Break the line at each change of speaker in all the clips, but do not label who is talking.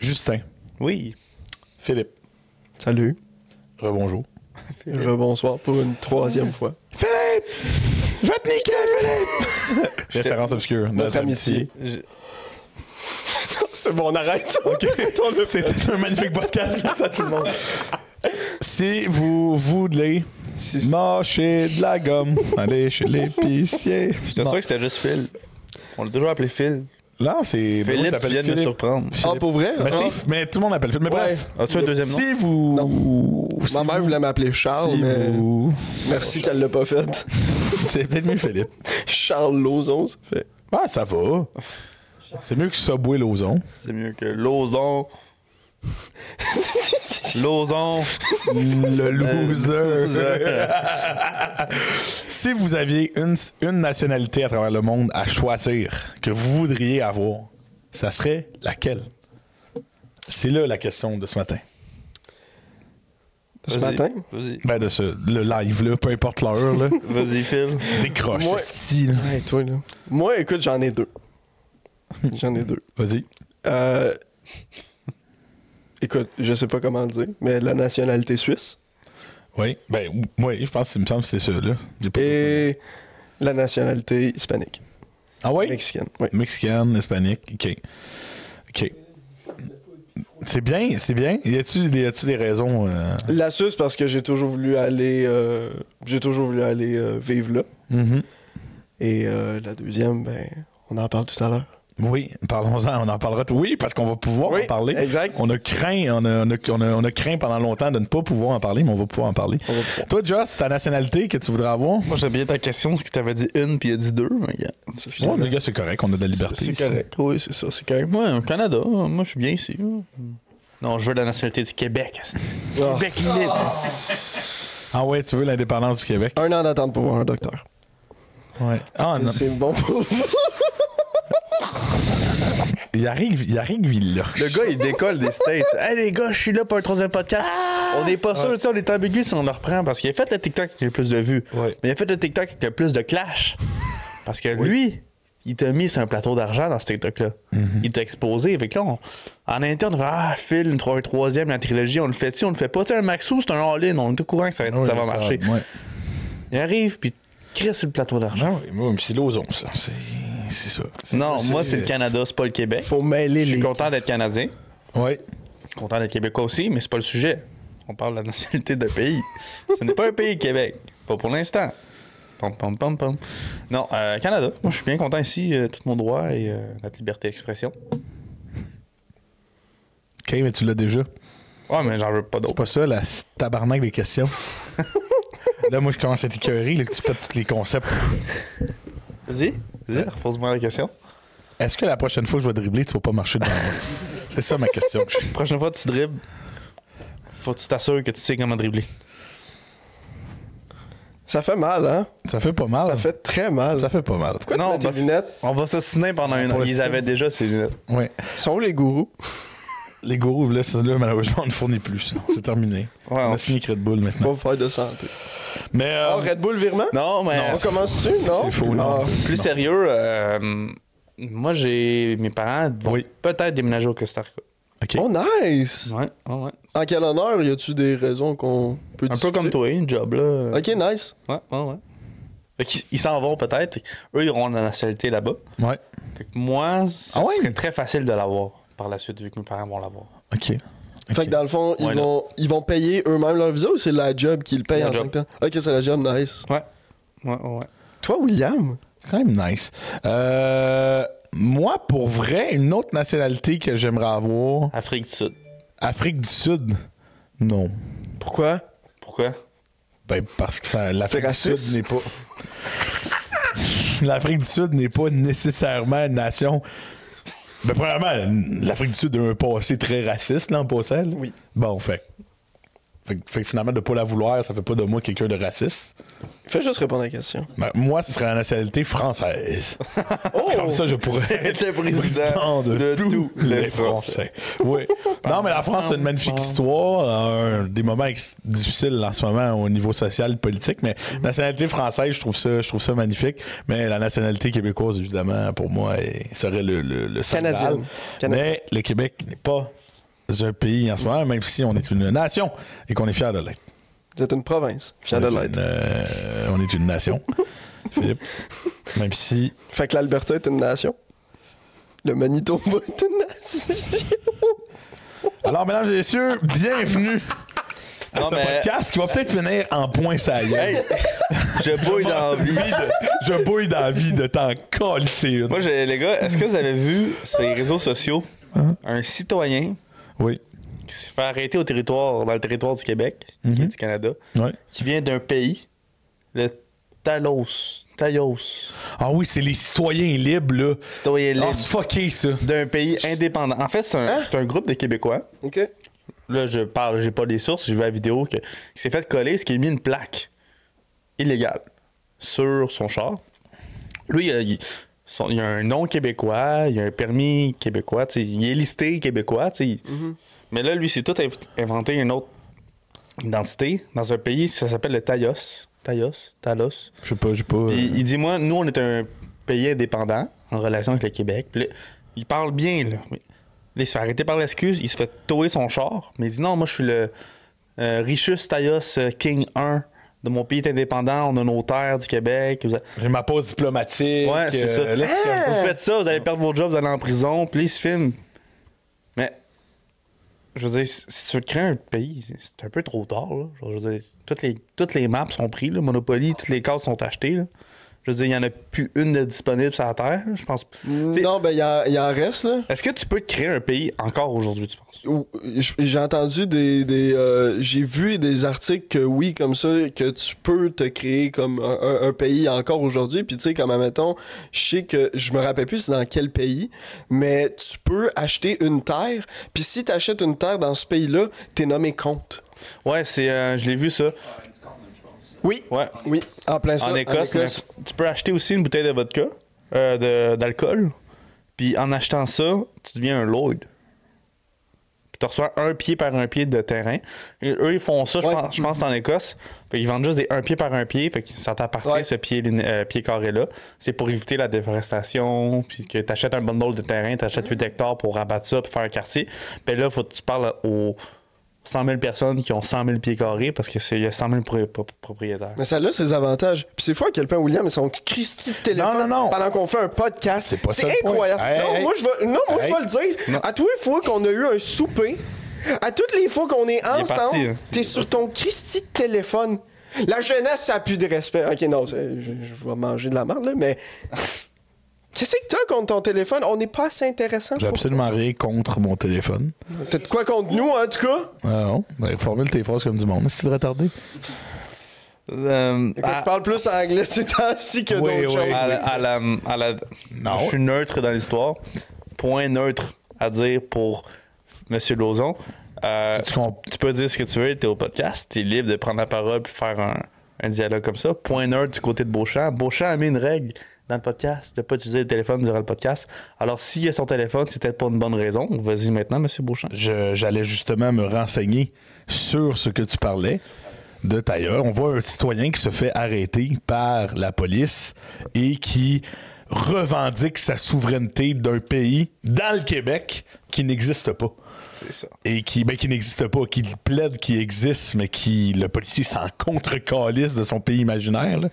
Justin.
Oui.
Philippe.
Salut.
Rebonjour.
Rebonsoir pour une troisième fois.
Philippe! Je vais te niquer, Philippe! Référence obscure. Notre,
amitié. C'est bon, on arrête. Ah,
amitié. C'était un magnifique podcast grâce à tout le monde. Si vous voulez
Si-
mâcher de la gomme, allez chez l'épicier.
J'étais sûr que c'était juste Phil. On l'a toujours appelé Phil.
Non, c'est... moi, je
Philippe, tu
l'appelle
viens de me
Philippe.
surprendre. Ah,
Ah, pour vrai?
Mais,
Ah.
c'est- mais tout le monde l'appelle Philippe. Mais
Ouais.
bref,
As-tu un deuxième nom?
si vous... si
Ma mère
vous-
voulait m'appeler Charles,
si
mais
vous-
merci qu'elle l'a pas fait.
C'est peut-être mieux Philippe.
Charles Lozon, ça fait.
Ah, ça va. C'est mieux que Subway Lozon.
C'est mieux que Lozon. Lozon.
Le
loser.
si vous aviez une, une nationalité à travers le monde à choisir que vous voudriez avoir, ça serait laquelle? C'est là la question de ce matin.
Ce
Vas-y,
matin?
Vas-y.
Ben, de ce le live, là, peu importe l'heure, là.
Vas-y, Phil.
Décroche,
Moi-
esti, là.
Ouais, toi, là. Moi, écoute, j'en ai deux. J'en ai deux.
Vas-y.
Euh, Écoute, je sais pas comment le dire, mais la nationalité suisse
Oui. Ben, oui, je pense, il me semble que c'est ça, là. J'ai pas-
et la nationalité hispanique,
Ah ouais?
mexicaine. Oui.
Mexicaine, hispanique, ok. Ok. C'est bien, c'est bien. Y a-tu des, y a-tu des raisons. euh,
La Suisse parce que j'ai toujours voulu aller, euh, j'ai toujours voulu aller euh, vivre là.
mhm.
Et euh, la deuxième, ben, on en parle tout à l'heure.
Oui, parlons-en, on en parlera. t- Oui, parce qu'on va pouvoir
Oui,
en parler.
exact.
On a craint, on a, on, a, on a- on a craint pendant longtemps de ne pas pouvoir en parler, mais on va pouvoir en parler.
On va pouvoir.
Toi, Joss, ta nationalité que tu voudrais avoir?
Moi, j'aime bien ta question, parce que t'avais dit une, puis il a dit deux. Mais gars, c'est-
Ouais, mais gars, c'est correct, on a de la liberté.
C'est
ici.
correct. Oui, c'est ça, c'est correct. Moi, au Canada, moi, je suis bien ici. Non, je veux la nationalité du Québec. esti.
Ah.
Québec libre.
Ah ouais, tu veux l'indépendance du Québec?
Un an d'attente pour voir un docteur.
Ouais. Ah non,
C'est bon pour vous.
il arrive, il arrive, il l'a.
Le gars, il décolle des States. Ah! Hey, les gars, je suis là pour un troisième podcast. On n'est pas sûr, tu sais, on est ambigu si on le reprend. Parce qu'il a fait le TikTok avec le plus de vues.
Ouais.
Mais il a fait le TikTok avec le plus de clash. Parce que lui, il t'a mis sur un plateau d'argent dans ce TikTok-là. Il t'a exposé. Fait que là, on- en interne, on fait, Ah, Phil, une troi- troisième, la trilogie, on le fait-tu, on le fait pas. Tu sais, un Maxou, c'est un all-in. On est au courant que ça, va- ça va marcher.
Ouais.
Il arrive, puis crée sur le plateau d'argent.
Non, Ah, mais moi, c'est l'ozon, ça. C'est c'est ça.
Non, moi, c'est le Canada, c'est pas le Québec.
Faut mêler
Je suis
les.
content d'être Canadien.
Ouais.
content d'être québécois aussi, mais c'est pas le sujet. On parle de la nationalité d'un pays. Ce n'est pas un pays, Québec. Pas pour l'instant. Pom, pom, pom, pom. Non, euh, Canada. Moi, je suis bien content ici. euh, tout mon droit et euh, notre liberté d'expression.
Ok, mais tu l'as déjà.
Ouais, mais j'en veux pas
C'est
d'autre.
pas ça, la tabarnak des questions. là, moi, je commence à être écœuré, là, que tu pètes tous les concepts.
Vas-y. Vas-y, repose-moi la question.
Est-ce que la prochaine fois que je vais dribbler, tu vas pas marcher devant moi? C'est ça ma question. que j'ai.
Prochaine fois, tu dribbles. Faut que tu t'assures que tu sais comment dribbler.
Ça fait mal, hein?
Ça fait pas
Ah
mal.
Ça fait très mal.
Ça fait pas mal.
Pourquoi
Non,
tu mets
parce-
tes lunettes?
On va s'assiner pendant une heure. Ils
Impossible.
avaient déjà ces lunettes.
Ouais.
Sont où les gourous?
Les gourous, là, ça, là, malheureusement, on ne fournit plus. ça. C'est terminé.
Ouais,
on
on-
a fini avec Red Bull maintenant.
Pas faire de santé.
Mais euh,
Oh, Red Bull virement?
Non, mais.
On commence dessus, non?
c'est faux, non.
Ah.
Plus
Non.
sérieux, euh, moi, j'ai. Mes parents vont
Oui.
peut-être déménager au Costa Rica.
OK.
Oh, nice!
Ouais, ouais, ouais.
En quel honneur? Y a-tu des raisons qu'on peut
Un peu comme toi, une job, là.
Ok, nice.
Ouais, ouais, ouais. Fait qu'ils- ils s'en vont peut-être. Eux, ils auront la nationalité là-bas.
Ouais.
Fait que moi, ça
Ah ouais?
serait très facile de l'avoir par la suite, vu que mes parents vont l'avoir.
OK.
Fait que dans le fond,
Ouais,
ils, vont, ils vont payer eux-mêmes leur visa ou c'est la job qui le paye
La
en tant
job.
que tel? Ok, c'est la job, nice.
Ouais. Ouais, ouais.
Toi, William?
Quand même nice. Euh, moi, pour vrai, une autre nationalité que j'aimerais avoir,
Afrique du Sud.
Afrique du Sud. Non.
Pourquoi?
Pourquoi?
Ben, parce que ça, l'Afrique du
T'es raciste.
Sud n'est pas. L'Afrique du Sud n'est pas nécessairement une nation. Ben, premièrement, l'Afrique du Sud a un passé très raciste, là, en passant. là.
Oui.
Bon, fait. Fait, que- fait que finalement, de pas la vouloir, ça fait pas de moi quelqu'un de raciste.
Fais juste répondre à la question.
Ben, moi, ce serait la nationalité française.
Oh!
Comme ça, je pourrais être
Le président
de,
de
tous
tous
les,
les
Français. Oui. Non, mais la France a une magnifique histoire, un- des moments ex- difficiles en ce moment au niveau social et politique, mais nationalité française, je trouve ça, je trouve ça magnifique. Mais la nationalité québécoise, évidemment, pour moi, est- serait le, le, le saint
Canadienne.
Graal. Mais le Québec n'est pas un pays en ce moment, même si on est une nation et qu'on est fier de l'être.
Vous êtes une province, fière
On
de
est
l'être.
une, euh, on est une nation, Philippe. Même si
Fait que l'Alberta est une nation. Le Manitoba est une nation.
Alors, mesdames et messieurs, bienvenue à
Non,
ce
mais-
podcast qui va peut-être finir en point saillant.
Hey, je bouille d'envie.
Je bouille dans la vie de t'en colisser une.
Moi, j'ai- les gars, est-ce que vous avez vu sur les réseaux sociaux un citoyen
Oui.
qui s'est fait arrêter au territoire, dans le territoire du Québec, qui est du Canada,
Ouais.
qui vient d'un pays, le Talos. Talos.
Ah oui, c'est les citoyens libres, là.
Citoyen
Ah,
libre
c'est fucké, ça.
d'un pays indépendant. En fait, c'est un, c'est un groupe de Québécois.
OK?
Là, je parle, j'ai pas les sources, j'ai vu la vidéo que, qui s'est fait coller, ce qui a mis une plaque illégale sur son char. Lui, il a, il- son- il a un nom québécois, il a un permis québécois, tu sais, il est listé québécois. tu sais. Mais là, lui, c'est tout inv- inventé une autre identité dans un pays, ça s'appelle le Talos. Talos, Talos.
Je sais pas, je sais pas.
Puis il dit moi, nous on est un pays indépendant en relation avec le Québec. Puis là, il parle bien là. Mais là, il se fait arrêter par l'excuse, il se fait tower son char, mais il dit non, moi je suis le euh, richus Taios euh, King 1 de mon pays est indépendant, on a nos terres du Québec. Vous, a-
J'ai ma pause diplomatique.
Ouais, c'est ça.
euh, là,
vous faites ça, vous allez perdre vos jobs, vous allez en prison, puis là, il se filme. Mais je veux dire, si- si tu veux te créer un pays, c'est un peu trop tard. Là. Genre, je veux dire, toutes les, toutes les maps sont prises. là. Monopoly, toutes les cartes sont achetées. là. Je veux dire, il n'y en a plus une de disponible sur la Terre. là. Je pense. T'sais,
Non, ben, il en, il en reste, là.
Est-ce que tu peux te créer un pays encore aujourd'hui, tu penses?
Ou- j- J'ai entendu des. des, euh, J'ai vu des articles que oui, comme ça, que tu peux te créer comme un, un- un pays encore aujourd'hui. Puis tu sais, comme admettons, je sais que je me rappelle plus c'est dans quel pays, mais tu peux acheter une terre. Puis si tu achètes une terre dans ce pays-là, t'es nommé compte.
Ouais, c'est, euh, je l'ai vu ça.
Oui.
Ouais.
Oui, en plein ça.
en Écosse, mais tu peux acheter aussi une bouteille de vodka, euh, de- d'alcool. Puis en achetant ça, tu deviens un lord. Puis tu reçois un pied par un pied de terrain. Et eux, ils font ça, je
Ouais.
pense, je pense, en Écosse. Fait ils vendent juste des un pied par un pied. Fait que ça t'appartient,
Ouais.
ce pied, lin- euh, pied carré-là. C'est pour éviter la déforestation. Puis que tu achètes un bundle de terrain, tu achètes 8 hectares pour rabattre ça, puis faire un quartier. Puis là, faut que tu parles aux 100 000 personnes qui ont 100 000 pieds carrés parce qu'il y a 100 000 pro- pro- propriétaires.
Mais ça a ses avantages. Puis c'est fou à quel point William et son Christy de téléphone
Non, non, non.
pendant qu'on fait un podcast.
C'est pas ça le point.
incroyable.
Hey,
non,
hey.
moi, je vais, non, moi,
Hey.
je vais le dire. À toutes les fois qu'on a eu un souper, à toutes les fois qu'on est
parti, hein.
ensemble, t'es sur ton Christy de téléphone. La jeunesse, ça a plus de respect. Ok, non, c'est- je, je vais manger de la merde, là, mais. Qu'est-ce que t'as contre ton téléphone? On n'est pas assez intéressant.
J'ai
pour-
absolument rien contre mon téléphone.
T'as de quoi contre nous, en tout cas?
Ah non. Ben, formule tes phrases comme du monde. C'est-tu retardé?
Euh,
Quand
à,
tu parles plus anglais ces temps-ci que
Ah. Oui,
d'autres
oui. Ah.
choses.
à la- à la- à la-
Non.
Je suis neutre dans l'histoire. Point neutre à dire pour M. Lozon. Euh,
Tu comp-
tu peux dire ce que tu veux, t'es au podcast, t'es libre de prendre la parole puis faire un, un dialogue comme ça. Point neutre du côté de Beauchamp. Beauchamp a mis une règle dans le podcast de pas utiliser le téléphone durant le podcast. Alors, s'il y a son téléphone, c'est peut-être pour une bonne raison. Vas-y maintenant, M. Beauchamp.
Je- J'allais justement me renseigner sur ce que tu parlais de Tailleur. On voit un citoyen qui se fait arrêter par la police et qui revendique sa souveraineté d'un pays dans le Québec qui n'existe pas.
C'est ça.
Et qui, ben, qui n'existe pas, qui plaide qui existe, mais qui le policier s'en contre de son pays imaginaire. là.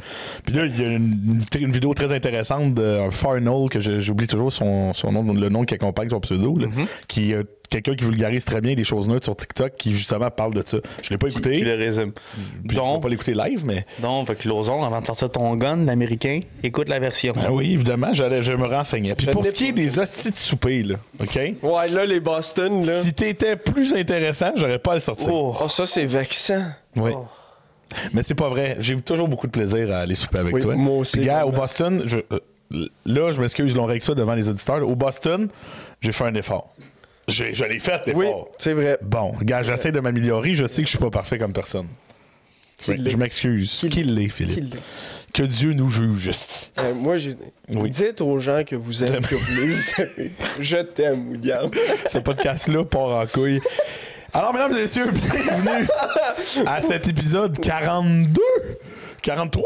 Puis là, il y a une, une vidéo très intéressante de Farnell, que je- j'oublie toujours son, son nom, le nom qui accompagne son pseudo, là,
Mm-hmm.
qui est quelqu'un qui vulgarise très bien des choses neutres sur TikTok, qui justement parle de ça. Je l'ai pas écouté,
Puis le résume.
puis je vais
Donc,
pas l'écouter live, mais
donc, fait que Lozon, avant de sortir ton gun, l'américain, écoute la version.
Ben oui, évidemment, j'allais- je me renseignais. Puis
Ah Je
pour
l'ai
ce qui est
pas.
des hosties de souper, là, OK?
Ouais, là, les Boston, là.
Si t'étais plus intéressant, j'aurais pas à le sortir.
Oh, ça, c'est vexant.
Oui.
Oh.
Mais c'est pas vrai. J'ai eu toujours beaucoup de plaisir à aller souper avec
Oui,
toi.
moi aussi,
Puis, gars, au
vraiment.
Boston, je- euh, là, je m'excuse, l'on règle ça devant les auditeurs. Au Boston, j'ai fait un effort. J'ai- Je l'ai fait, l'effort.
Oui, c'est vrai.
Bon, gars, j'essaie de m'améliorer. Je sais que je suis pas parfait comme personne.
Qui l'est?
Je m'excuse. Qui,
Qui
l'est,
Qui
Philippe?
l'est?
Que Dieu nous juge. esti.
Euh, moi, j'ai.
Oui.
Dites aux gens que vous aimez,
T'aimes.
que vous les aimez. Je t'aime, William.
Ce podcast-là part en couille. Alors, mesdames et messieurs, bienvenue à cet épisode 42. 43?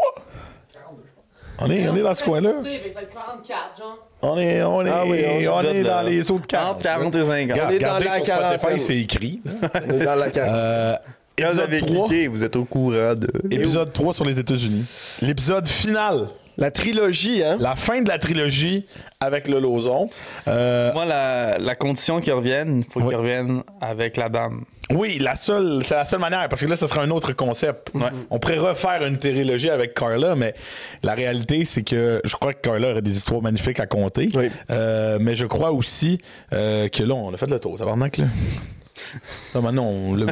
On est, on est dans ce coin-là.
Tu sais, fait que ça fait 44, genre.
On est, on est,
Ah oui, on se
on
jette
est
là.
dans les eaux de 40.
Entre 40 et 50.
Regarde,
On est dans
regardez
la
sur
quarantaine.
Spotify, c'est écrit. là.
On est dans la carte.
Euh,
Quand vous
épisode
avez
3,
cliqué, vous êtes au courant de.
épisode 3 sur les États-Unis. L'épisode final,
La trilogie, hein?
la fin de la trilogie avec le Lozon. Euh,
Moi, la, la condition qu'ils reviennent, il faut
Oui.
qu'ils reviennent avec la dame.
oui, la seule, c'est la seule manière, parce que là, ce sera un autre concept.
Mhm.
On pourrait refaire une trilogie avec Carla, mais la réalité, c'est que je crois que Carla aurait des histoires magnifiques à conter.
Oui.
Euh, mais je crois aussi euh, que là, on a fait le tour, tabarnak, là. Ça, maintenant, on l'a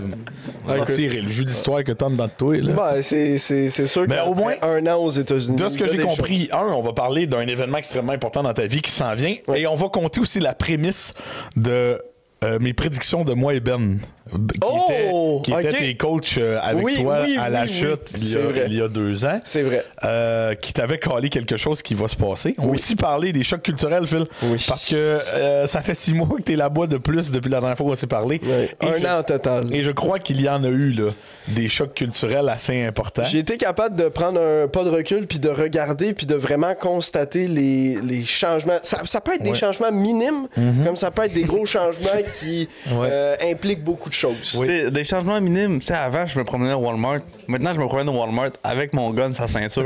on l'a
Ah, écoute.
tiré le jeu d'histoire que t'as dans de toi, là.
Bah, c'est c'est- c'est sûr
Mais
qu'après
au moins,
un an aux États-Unis.
De ce
il
que
y a
j'ai
des
compris, un, on va parler d'un événement extrêmement important dans ta vie qui s'en vient. Et on va compter aussi la prémisse de euh, mes prédictions de moi et Ben. b- Qui,
Oh!
était, qui était
Ok.
tes coachs euh, avec
Oui,
toi
oui,
à
oui,
la
oui.
chute il, y
C'est
a,
vrai.
il y a deux ans.
C'est vrai.
Euh, qui t'avait collé quelque chose qui va se passer. On va aussi parler des chocs culturels, Phil.
Oui.
Parce que euh, ça fait six mois que t'es là-bas de plus depuis la dernière fois qu'on s'est parlé.
Ouais,
Et
un
je-
an au total.
Et je crois qu'il y en a eu là, des chocs culturels assez importants.
J'ai été capable de prendre un pas de recul puis de regarder puis de vraiment constater les, les changements. Ça, ça peut être des
Ouais. Mm-hmm.
changements minimes, comme ça peut être des gros changements qui
Ouais.
euh, impliquent beaucoup de choses.
Des, des changements minimes. Tu sais, avant, je me promenais au Walmart. Maintenant, je me promène au Walmart avec mon gun, sa ceinture.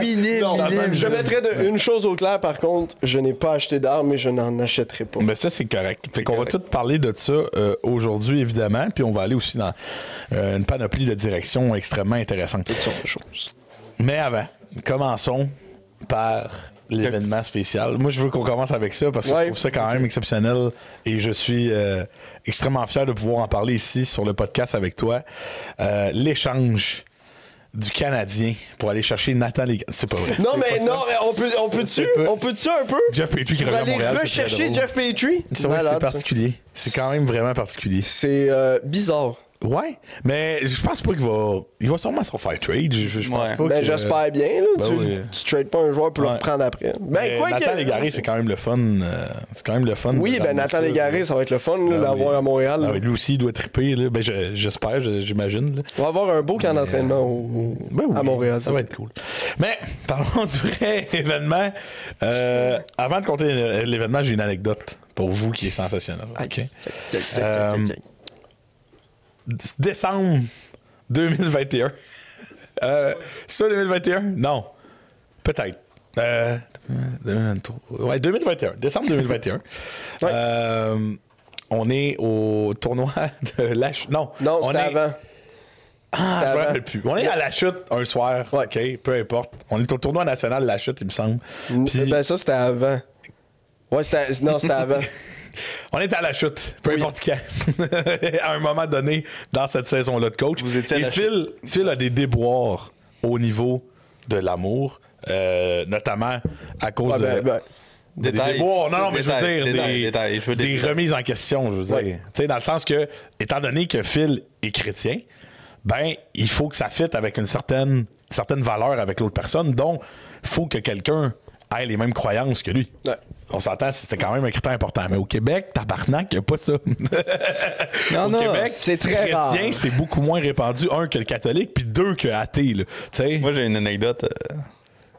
minime,
Non,
minime.
je mettrais de- une chose au clair, par contre, je n'ai pas acheté d'armes et je n'en achèterai pas.
Mais Ben, ça, c'est correct. Fait qu'on va
correct.
tout parler de ça euh, aujourd'hui, évidemment, puis on va aller aussi dans euh, une panoplie de directions extrêmement intéressantes. Mais avant, commençons par l'événement spécial. Moi, je veux qu'on commence avec ça parce que
Ouais.
je trouve ça quand même exceptionnel et je suis euh, extrêmement fier de pouvoir en parler ici sur le podcast avec toi. Euh, L'échange du Canadien pour aller chercher Nathan Léga- C'est pas vrai.
Non,
C'est
mais
pas ça.
non, mais on peut, on peut dessus,
pas-
on peut dessus un peu.
Jeff Petrie qui
Pour
revient à
aller
Montréal. c'est très
rechercher
drôle.
Jeff Petrie.
Ça, ouais,
Malade,
C'est
ça.
particulier. C'est quand même vraiment particulier.
C'est euh, bizarre.
Ouais, mais je pense pas qu'il va. Il va sûrement se faire trade. Je, je pense
Ouais.
pas.
Ben,
que-
j'espère bien. Là,
ben
tu,
oui.
tu trades pas un joueur pour
Ouais.
le reprendre après. Ben,
Mais
quoi
Nathan
que-
Légaré, c'est quand même le fun. euh, c'est quand même le fun.
Oui,
de
ben
ramener
Nathan
ça,
Légaré,
là.
ça va être le fun
Ah,
là, d'avoir
oui.
à Montréal.
Ah
là.
oui, lui aussi, il doit triper. là. Ben, je- J'espère, je- j'imagine. là.
On va avoir un beau camp d'entraînement au- au-
Ben oui,
à Montréal.
Ça va être cool. Mais parlons du vrai événement. Euh, avant de compter l'événement, j'ai une anecdote pour vous qui est sensationnelle. OK. Euh, décembre 2021. Euh, ça, 2021? Non. Peut-être. Euh, 2023. ouais, 2021. Décembre 2021. Euh, on est au tournoi de la chute. Non,
Non,
on
c'était
est...
avant.
Ah, je me
avant.
rappelle plus. On est à la chute un soir. OK, peu importe. On est au tournoi national de la chute, il me semble. Puis-
Ben ça, c'était avant. Ouais, c'était... Non, c'était avant.
On est à la chute, peu importe quand, à un moment donné dans cette saison-là de coach.
Vous étiez à
Et
la
Phil, Phil a des déboires au niveau de l'amour, euh, notamment à cause de.
Ouais, ben, ben,
Des
Détail.
déboires, non, non, mais
Détail,
je veux dire,
détail,
des,
détail, je veux des
des
détails.
remises en question, je veux dire.
Ouais.
Tu sais, dans le sens que, étant donné que Phil est chrétien, ben, il faut que ça fitte avec une certaine, certaine valeur avec l'autre personne, donc, il faut que quelqu'un ait les mêmes croyances que lui.
Ouais.
On s'entend, c'était quand même un critère important. Mais au Québec, tabarnak, il n'y a pas ça.
Non,
au
non,
Québec,
c'est très rare.
chrétien, c'est beaucoup moins répandu, un, que le catholique, puis deux, que athée. là. Tu sais?
Moi, j'ai une anecdote euh,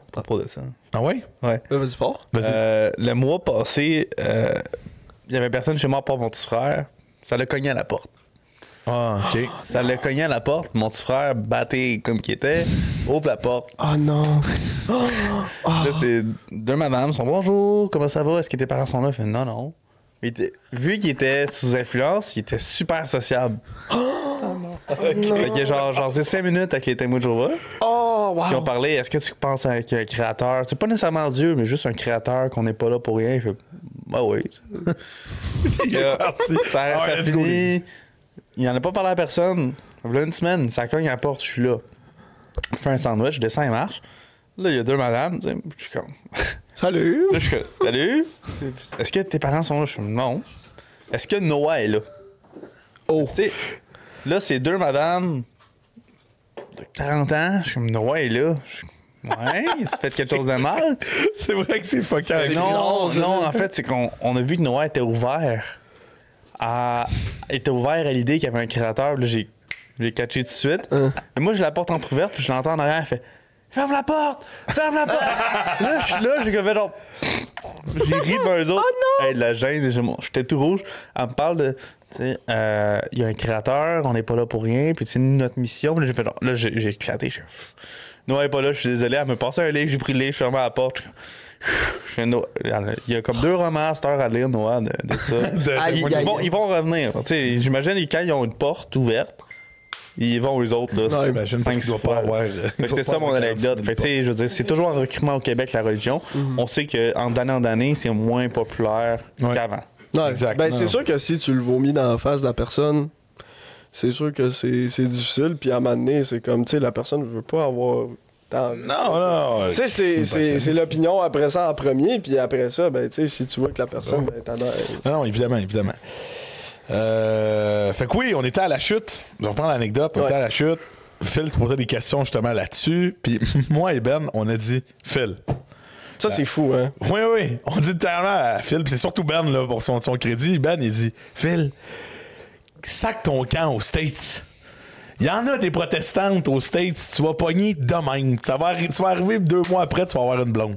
à propos de ça.
Ah ouais?
Ouais.
ben, vas-y fort.
Vas-y.
Euh, le mois passé, euh, il y avait personne chez moi à part mon petit frère. Ça l'a cogné à la porte.
Ah, OK.
Ça l'a cogné à la porte. Mon petit frère, batté comme qu'il était, ouvre la porte.
Oh non.
Ah.
Là, c'est deux madames sont bonjour, comment ça va? Est-ce que tes parents sont là? Il fait non, non. Il était- vu qu'il était sous influence, il était super sociable.
Oh,
Fait que genre, genre, c'est cinq minutes avec les témoins de Jéhovah.
Oh,
Puis
Ah.
on
wow.
parlait, est-ce que tu penses à un créateur? C'est pas nécessairement Dieu, mais juste un créateur qu'on n'est pas là pour rien. Il fait, bah oui. Puis là,
parti.
ça,
Ah,
ça
let's go,
finit. Il n'en a pas parlé à personne. Voilà une semaine, ça cogne à la porte, je suis là. Je fais un sandwich, je descends et marche. Là, il y a deux madames. tu sais, Je suis comme.
Salut.
Là, je suis comme, Salut! Est-ce que tes parents sont là? Je suis comme, non. Est-ce que Noah est là? Oh! Tu sais, là, c'est deux madames de 40 ans. Je suis comme, Noah est là. Je suis comme, ouais, il s'est fait quelque chose de mal. Euh,
C'est vrai que c'est fucking.
Non, non, en fait, c'est qu'on on a vu que Noah était ouvert à, était ouvert à l'idée qu'il y avait un créateur. Là, j'ai j'ai catché tout de suite. Mais moi, je la porte entrouverte, puis je l'entends en arrière. Elle fait Ferme la porte! Ferme la porte! là, je suis là, j'ai comme fait genre. J'ai ri par eux autres. Oh non! la gêne, j'ai- j'étais tout rouge. Elle me parle de. tu sais, euh, Il y a un créateur, on n'est pas là pour rien, puis c'est notre mission. Puis là, j'ai fait, non. là, j'ai j'ai éclaté. j'ai fait, pff. Non, elle n'est pas là, je suis désolé. Elle me passait un livre, j'ai pris le livre, je fermais la porte. Je fais, No- Il y a comme deux romans à cette heure à lire, Noah, de, de ça.
Aïe,
ils,
aïe,
ils vont,
aïe.
ils vont revenir. Tu sais, J'imagine que quand ils ont une porte ouverte, ils vont eux autres. Là,
Non,
J'imagine
cinq,
parce qu'il doit
six fois,
pas
là.
avoir. euh,
Fait que c'était ça mon anecdote. Fait que, tu sais, je veux dire, c'est toujours un recrutement au Québec, la religion. On sait qu'en d'année en année, c'est moins populaire
Mhm. Ouais.
qu'avant.
Ouais.
Exact.
Ben,
Non,
c'est
non.
sûr que si tu le vomis dans la face de la personne, c'est sûr que c'est c'est difficile. Puis à un moment donné, c'est comme, tu sais, la personne veut pas avoir. tant-
Non, non, non.
Tu sais, c'est- c'est c'est l'opinion après ça en premier, puis après ça, ben, tu sais, si tu vois que la personne, ben, t'en as.
Non, non, évidemment, évidemment. Euh, fait que oui, on était à la chute. Je reprends l'anecdote. On
Ouais.
était à la chute. Phil se posait des questions justement là-dessus. Puis moi et Ben, on a dit Phil.
Ça, c'est fou, hein.
Oui, oui. On dit littéralement à Phil. Puis c'est surtout Ben là, pour son, son crédit. Ben, il dit Phil, sac ton camp aux States. Il y en a des protestantes aux States. Tu vas pogner de même. Ça va, arri- tu vas arriver deux mois après, tu vas avoir une blonde.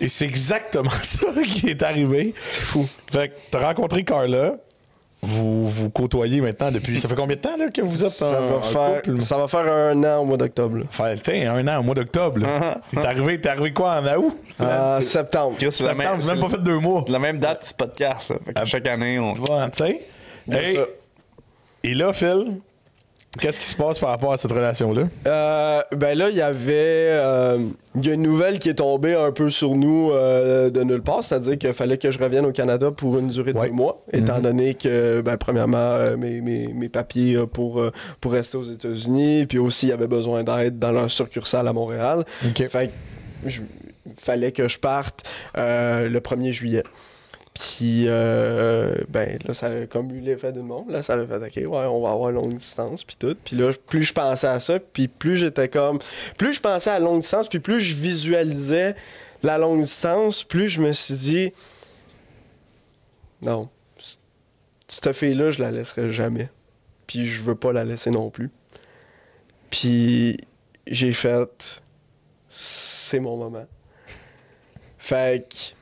Et c'est exactement ça qui est arrivé.
C'est fou.
Fait que t'as rencontré Carla. Vous vous côtoyez maintenant depuis. Ça fait combien de temps là, que vous êtes
Ça,
en,
va
en
faire,
couple?
ça va faire un an au mois d'octobre. là.
Fait, tiens, un an au mois d'octobre. là.
Ah,
Uh-huh.
C'est arrivé, t'es arrivé quoi en août?
En septembre.
Chris, c'est la
Septembre,
même,
c'est même pas
c'est
fait deux mois.
la même date du podcast. là. Fait que chaque année, on.
Ouais, tu sais. Hey.
ça.
Et là, Phil, qu'est-ce qui se passe par rapport à cette relation-là?
Euh, ben là, il y avait. euh, Il y a une nouvelle qui est tombée un peu sur nous euh, de nulle part, c'est-à-dire qu'il fallait que je revienne au Canada pour une durée de
Ouais.
deux mois, étant donné que, ben, premièrement, euh, mes, mes- mes papiers euh, pour, euh, pour rester aux États-Unis, puis aussi, il y avait besoin d'aide dans leur succursale à Montréal.
OK.
Fait que je- fallait que je parte euh, le 1er juillet. Puis, euh, ben, là, ça a comme eu l'effet du monde. Là, ça a fait, OK, ouais, on va avoir longue distance, puis tout. Puis là, plus je pensais à ça, puis plus j'étais comme... Plus je pensais à longue distance, puis plus je visualisais la longue distance, plus je me suis dit... Non, c- cette fille-là, je la laisserai jamais. Puis je veux pas la laisser non plus. Puis j'ai fait... C'est mon moment. Fait que...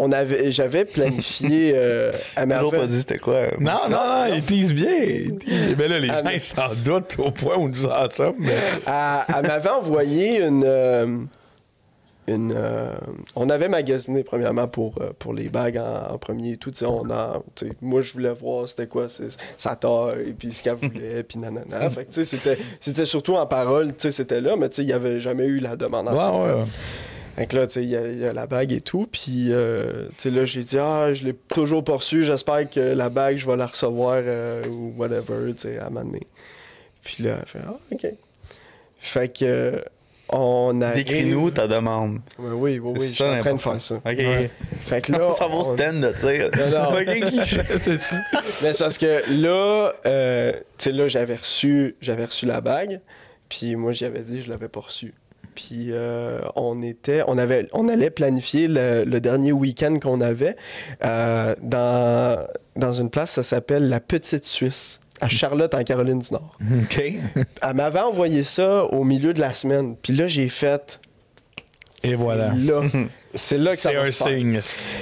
On avait, j'avais planifié euh, à ma
Toujours
fête-
pas dit c'était quoi. euh,
Non, non, non, il tease bien. il tease bien. Mais là, les
Ah,
gens,
mais-
ils s'en doutent au point où nous en sommes. mais-
elle, elle m'avait envoyé une. euh, une euh, on avait magasiné premièrement pour, euh, pour les bagues en, en premier et tout. tu sais, On a, tu sais, moi, je voulais voir c'était quoi c'est- sa taille, puis ce qu'elle voulait, puis nanana. Fait que, tu sais, c'était, c'était surtout en parole, tu sais, c'était là, mais tu sais, il n'y avait jamais eu la demande en
Ouais, ouais, ouais.
fait que là, tu sais, il y, a- il y a la bague et tout. Puis, euh, tu sais, là, j'ai dit, ah, je l'ai toujours pas reçue. J'espère que la bague, je vais la recevoir euh, ou whatever, tu sais, à un moment donné. Puis là, elle fait, ah, OK. Fait que, euh, on a.
Décris-nous ta demande.
Oui, oui, oui,
C'est
je suis
ça,
en train de
l'important.
faire ça.
Ok.
Ouais.
Fait que
Oh,
là.
On s'en va au
on-
stand, là, tu sais.
Non, non.
Fucking cliché.
C'est ça.
Mais c'est parce que là, euh, tu sais, là, j'avais reçu, j'avais reçu la bague, puis moi, j'y avais dit, je l'avais pas reçue. Puis euh, on était, on avait, on allait planifier le, le dernier week-end qu'on avait euh, dans, dans une place, ça s'appelle la Petite Suisse, à Charlotte, en Caroline du Nord.
OK.
Elle m'avait envoyé ça au milieu de la semaine, puis là, j'ai fait,
Et voilà.
là, c'est là que ça
C'est
va
un
se faire.
signe. c'est-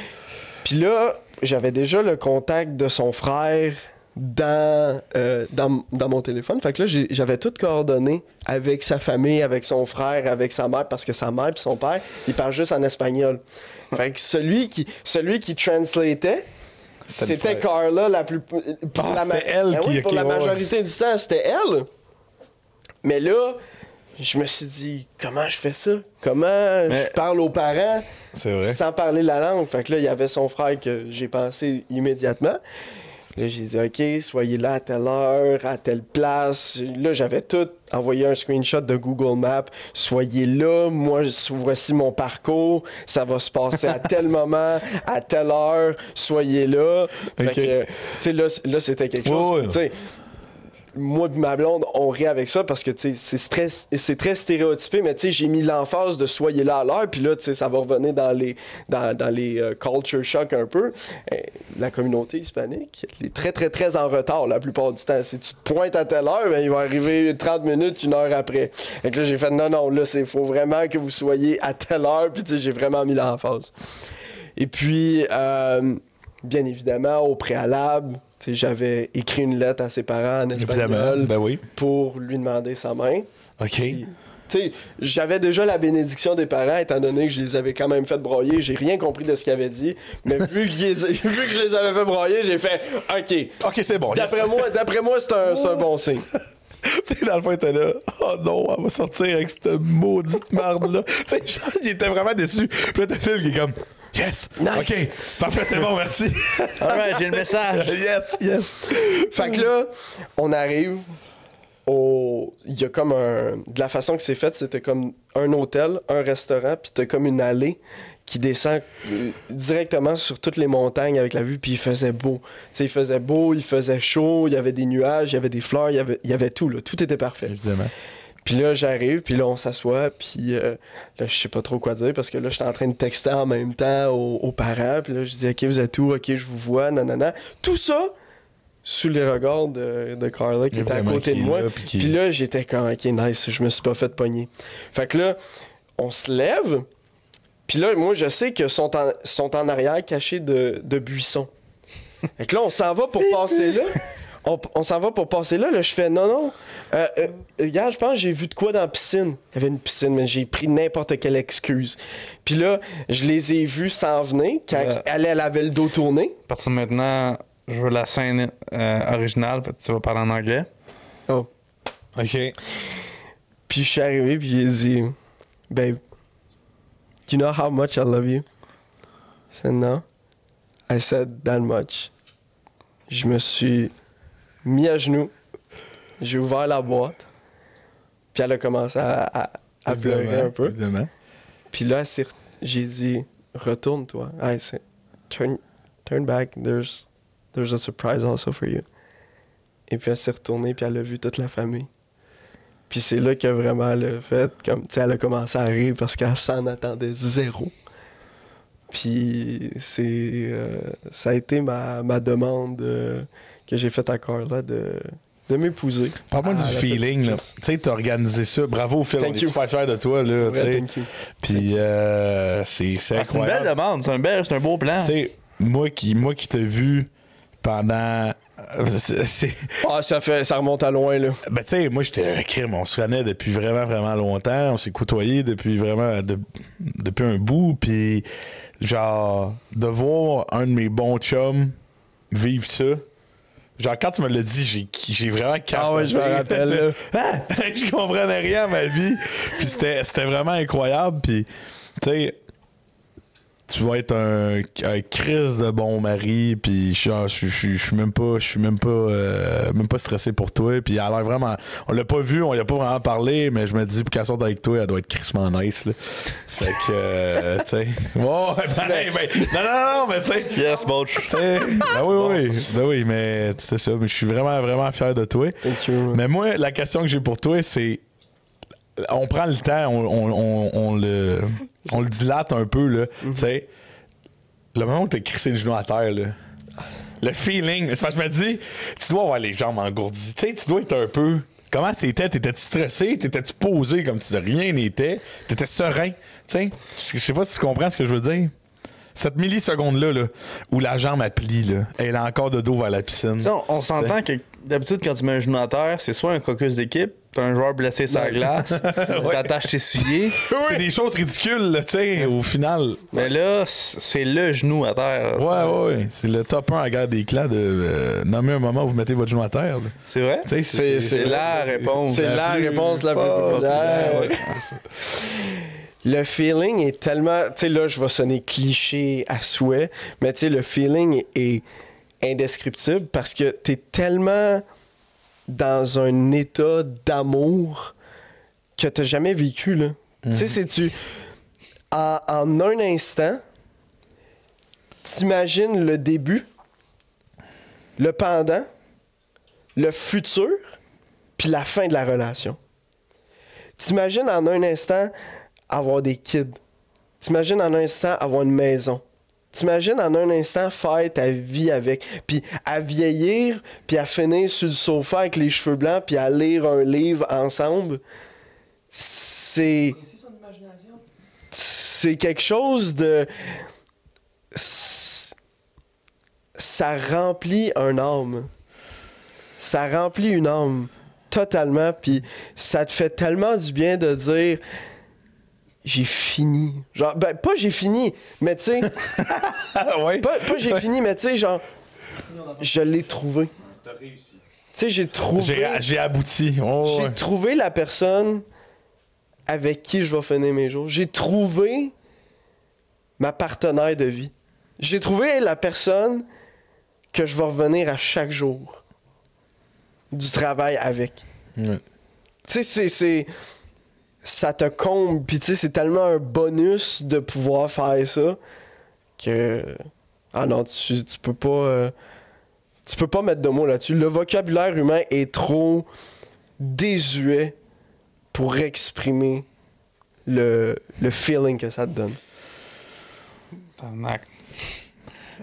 Puis là, j'avais déjà le contact de son frère dans, euh, dans, dans mon téléphone. Fait que là, j'ai- j'avais tout coordonné avec sa famille, avec son frère, avec sa mère, parce que sa mère et son père, ils parlent juste en espagnol. Fait que celui qui, celui qui translatait,
C'était le frère.
c'était Carla la plus. pour
Ah,
la ma-
c'était elle
Ben
qui-
oui, Pour
qui-
la
ouais, ouais.
majorité du temps, c'était elle. Mais là, je me suis dit, comment je fais ça? Comment
Mais-
je parle aux parents?
C'est vrai.
sans parler la langue. Fait que là, il y avait son frère que j'ai pensé immédiatement. Là, j'ai dit, OK, soyez là à telle heure, à telle place. Là, j'avais tout envoyé un screenshot de Google Maps. Soyez là, moi, je- voici mon parcours. Ça va se passer à tel moment, à telle heure. Soyez là. Fait
Ok.
que, tu sais, là, c- là, c'était quelque
Ouais,
chose.
ouais.
Tu sais, moi et ma blonde, on rit avec ça parce que tu sais, c'est stress- c'est très stéréotypé, mais tu sais, j'ai mis l'emphase de soyez là à l'heure, puis là, tu sais, ça va revenir dans les, dans, dans les euh, culture shock un peu. Euh, la communauté hispanique, elle est très, très, très en retard la plupart du temps. Si tu te pointes à telle heure, ben, il va arriver 30 minutes, une heure après. Et là, j'ai fait non, non, là, il faut vraiment que vous soyez à telle heure, puis tu sais, j'ai vraiment mis l'emphase. Et puis, euh, bien évidemment, au préalable, tu sais, j'avais écrit une lettre à ses parents en
Évidemment.
espagnol
Ben oui.
pour lui demander sa main.
OK.
Tu sais, j'avais déjà la bénédiction des parents, étant donné que je les avais quand même fait broyer. J'ai rien compris de ce qu'ils avaient dit. Mais vu, qu'ils- vu que je les avais fait broyer, j'ai fait OK.
OK, c'est bon. yes.
D'après moi, d'après moi c'est un, c'est un bon signe.
Tu sais, dans le fond, t'es là. Oh non, elle va sortir avec cette maudite merde-là. tu sais, genre, il était vraiment déçu. Puis là, t'as Phil qui est comme. Yes!
Nice.
OK! Parfait, c'est bon, merci!
Alright, j'ai le message.
yes! Yes!
Fait que là, on arrive au. Il y a comme un. De la façon que c'est fait, c'était comme un hôtel, un restaurant, puis t'as comme une allée qui descend euh, directement sur toutes les montagnes avec la vue, puis il faisait beau. Tu sais, il faisait beau, il faisait chaud, il y avait des nuages, il y avait des fleurs, il y avait, il y avait tout, là. Tout était parfait.
Évidemment.
Puis là, j'arrive, puis là, on s'assoit, puis euh, là, je sais pas trop quoi dire parce que là, j'étais en train de texter en même temps aux, aux parents, puis là, je dis, OK, vous êtes où? OK, je vous vois, nanana. Tout ça sous les regards de, de Carla qui était à
Évidemment,
côté
qui
de
est
moi.
là, puis qui-
Puis là, j'étais comme, OK, nice, je me suis pas fait pogner. Fait que là, on se lève, puis là, moi, je sais que sont en, sont en arrière cachés de, de buissons. Fait que là, on s'en va pour passer là. On, on s'en va pour passer là. là je fais non, non. Euh, euh, regarde, je pense que j'ai vu de quoi dans la piscine. Il y avait une piscine, mais j'ai pris n'importe quelle excuse. Puis là, je les ai vus s'en venir quand
Ouais.
elle, elle avait le dos tourné.
À partir de maintenant, je veux la scène euh, originale. Fait que tu vas parler en anglais. Ah,
Oh.
OK.
Puis je suis arrivé, puis j'ai dit, Babe, do you know how much I love you? I said, No. I said that much. Je me suis mis à genoux, j'ai ouvert la boîte, puis elle a commencé à, à- à pleurer un peu.
Évidemment.
Puis là, elle s'est re- j'ai dit, Retourne-toi. I said, turn, turn back, there's, there's a surprise also for you. Et puis elle s'est retournée, puis elle a vu toute la famille. Puis c'est là que vraiment elle a fait, comme, tu sais, elle a commencé à rire parce qu'elle s'en attendait zéro. Puis c'est. euh, ça a été ma, ma demande euh, que j'ai faite à Carla de, de m'épouser.
Parle-moi
Ah,
du
la
feeling,
petite
là.
source.
Tu sais, t'as organisé ça. Bravo, Phil.
Thank
on est
you.
super fiers de toi, là. tu
Ouais,
sais.
thank you.
Puis, euh, c'est c'est
Ah, c'est une belle
incroyable.
demande. C'est un, bel, c'est un beau plan.
Tu sais, moi qui, moi qui t'ai vu pendant. c'est- c'est-
Ah, ça, fait, ça remonte à loin, là.
Ben, tu sais, moi, j'étais crime. On se connaît depuis vraiment, vraiment longtemps. On s'est côtoyés depuis vraiment. de- depuis un bout. Puis, genre, de voir un de mes bons chums vivre ça. Genre, quand tu me l'as dit, j'ai, j'ai vraiment
Ah ouais, je me
capoté.
rappelle, là.
Ah! je comprenais rien à ma vie. Puis c'était, c'était vraiment incroyable. Puis, tu sais, tu vas être un, un Chris de bon mari. Puis, je suis- je suis- je suis je suis même pas, je suis même pas, euh, même pas stressé pour toi. Puis, elle a l'air vraiment. On l'a pas vu, on y a pas vraiment parlé. Mais je me dis, pour qu'elle sorte avec toi, elle doit être crissement nice. Là. Fait que, euh, tu sais. Ouais, pareil, ben, non, non, non, mais tu sais.
Yes, Boach.
Tu sais, ben oui, oui, ben oui, mais c'est ça. mais Je suis vraiment, vraiment fier de toi.
Thank you.
Mais moi, la question que j'ai pour toi, c'est. On prend le temps, on, on- on- on le, on le dilate un peu, là.
Mhm.
Tu sais, le moment où t'es crissé le genou à terre, là. Le feeling, c'est parce que je me dis, tu dois avoir les jambes engourdies. Tu sais, tu dois être un peu. Comment c'était? T'étais-tu stressé? T'étais-tu posé comme si de rien n'était? T'étais serein? Tu sais, je je sais pas si tu comprends ce que je veux dire. Cette milliseconde-là, là, où la jambe a plie, là, elle est encore de dos vers la piscine.
Tu sais, on, on s'entend que d'habitude, quand tu mets un genou à terre, c'est soit un caucus d'équipe, t'as un joueur blessé sur la glace, t'attaches tes souliers.
C'est des choses ridicules, là, tu sais, au final.
Mais là, c- c'est le genou à terre.
Ouais, ouais, ouais. C'est le top 1 à la guerre des clans de euh, nommer un moment où vous mettez votre genou à terre. là.
C'est vrai?
Tu sais,
C'est- c'est la réponse.
C'est la
plus
réponse la plus populaire.
ouais.
Oh, Le feeling est tellement. Tu sais, là, je vais sonner cliché à souhait, mais tu sais, le feeling est indescriptible parce que t'es tellement dans un état d'amour que t'as jamais vécu, là. Tu sais, c'est tu. En, en un instant, t'imagines le début, le pendant, le futur, puis la fin de la relation. T'imagines en un instant avoir des kids. T'imagines en un instant avoir une maison. T'imagines en un instant faire ta vie avec. Puis à vieillir, puis à finir sur le sofa avec les cheveux blancs, puis à lire un livre ensemble. C'est
C'est son imagination.
c'est quelque chose de. Ça remplit un âme. Ça remplit une âme. Totalement. Puis ça te fait tellement du bien de dire. J'ai fini. Genre, ben, pas j'ai fini, mais tu sais.
Ah, ouais.
pas pas j'ai fini, mais tu sais, genre, je l'ai trouvé.
T'as réussi.
Tu sais, j'ai trouvé.
J'ai j'ai abouti. Oh,
J'ai
ouais.
trouvé la personne avec qui je vais finir mes jours. J'ai trouvé ma partenaire de vie. J'ai trouvé la personne que je vais revenir à chaque jour du travail avec.
Ouais.
Tu sais, c'est- c'est. Ça te comble, puis tu sais, c'est tellement un bonus de pouvoir faire ça que. Ah non, tu, tu peux pas. euh, Tu peux pas mettre de mots là-dessus. Le vocabulaire humain est trop désuet pour exprimer le, le feeling que ça te donne.
Tabarnak.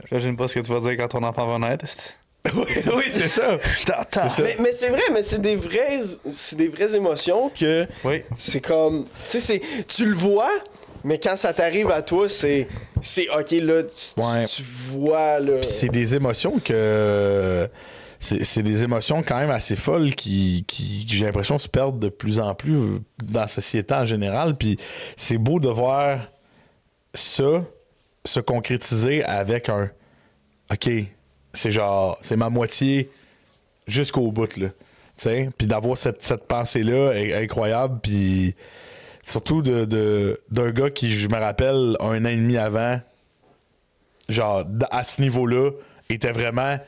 J'imagine pas ce que tu vas dire quand ton enfant va naître. esti.
oui, c'est ça.
T'entends?
C'est ça.
Mais, mais c'est vrai, mais c'est des vraies, c'est des vraies émotions que
Oui.
c'est comme, tu sais, c'est- tu le vois, mais quand ça t'arrive à toi, c'est, c'est ok là, tu, tu-
Ouais.
tu vois là.
Puis c'est des émotions que. C'est c'est des émotions quand même assez folles qui, qui- que j'ai l'impression se perdent de plus en plus euh, dans la société en général. Puis c'est beau de voir ça se concrétiser avec un OK, c'est genre, c'est ma moitié jusqu'au bout, là. Tu sais? Puis d'avoir cette, cette pensée-là est- est incroyable. Puis surtout de- de- d'un gars qui, je me rappelle, un an et demi avant, genre d- à ce niveau-là, était vraiment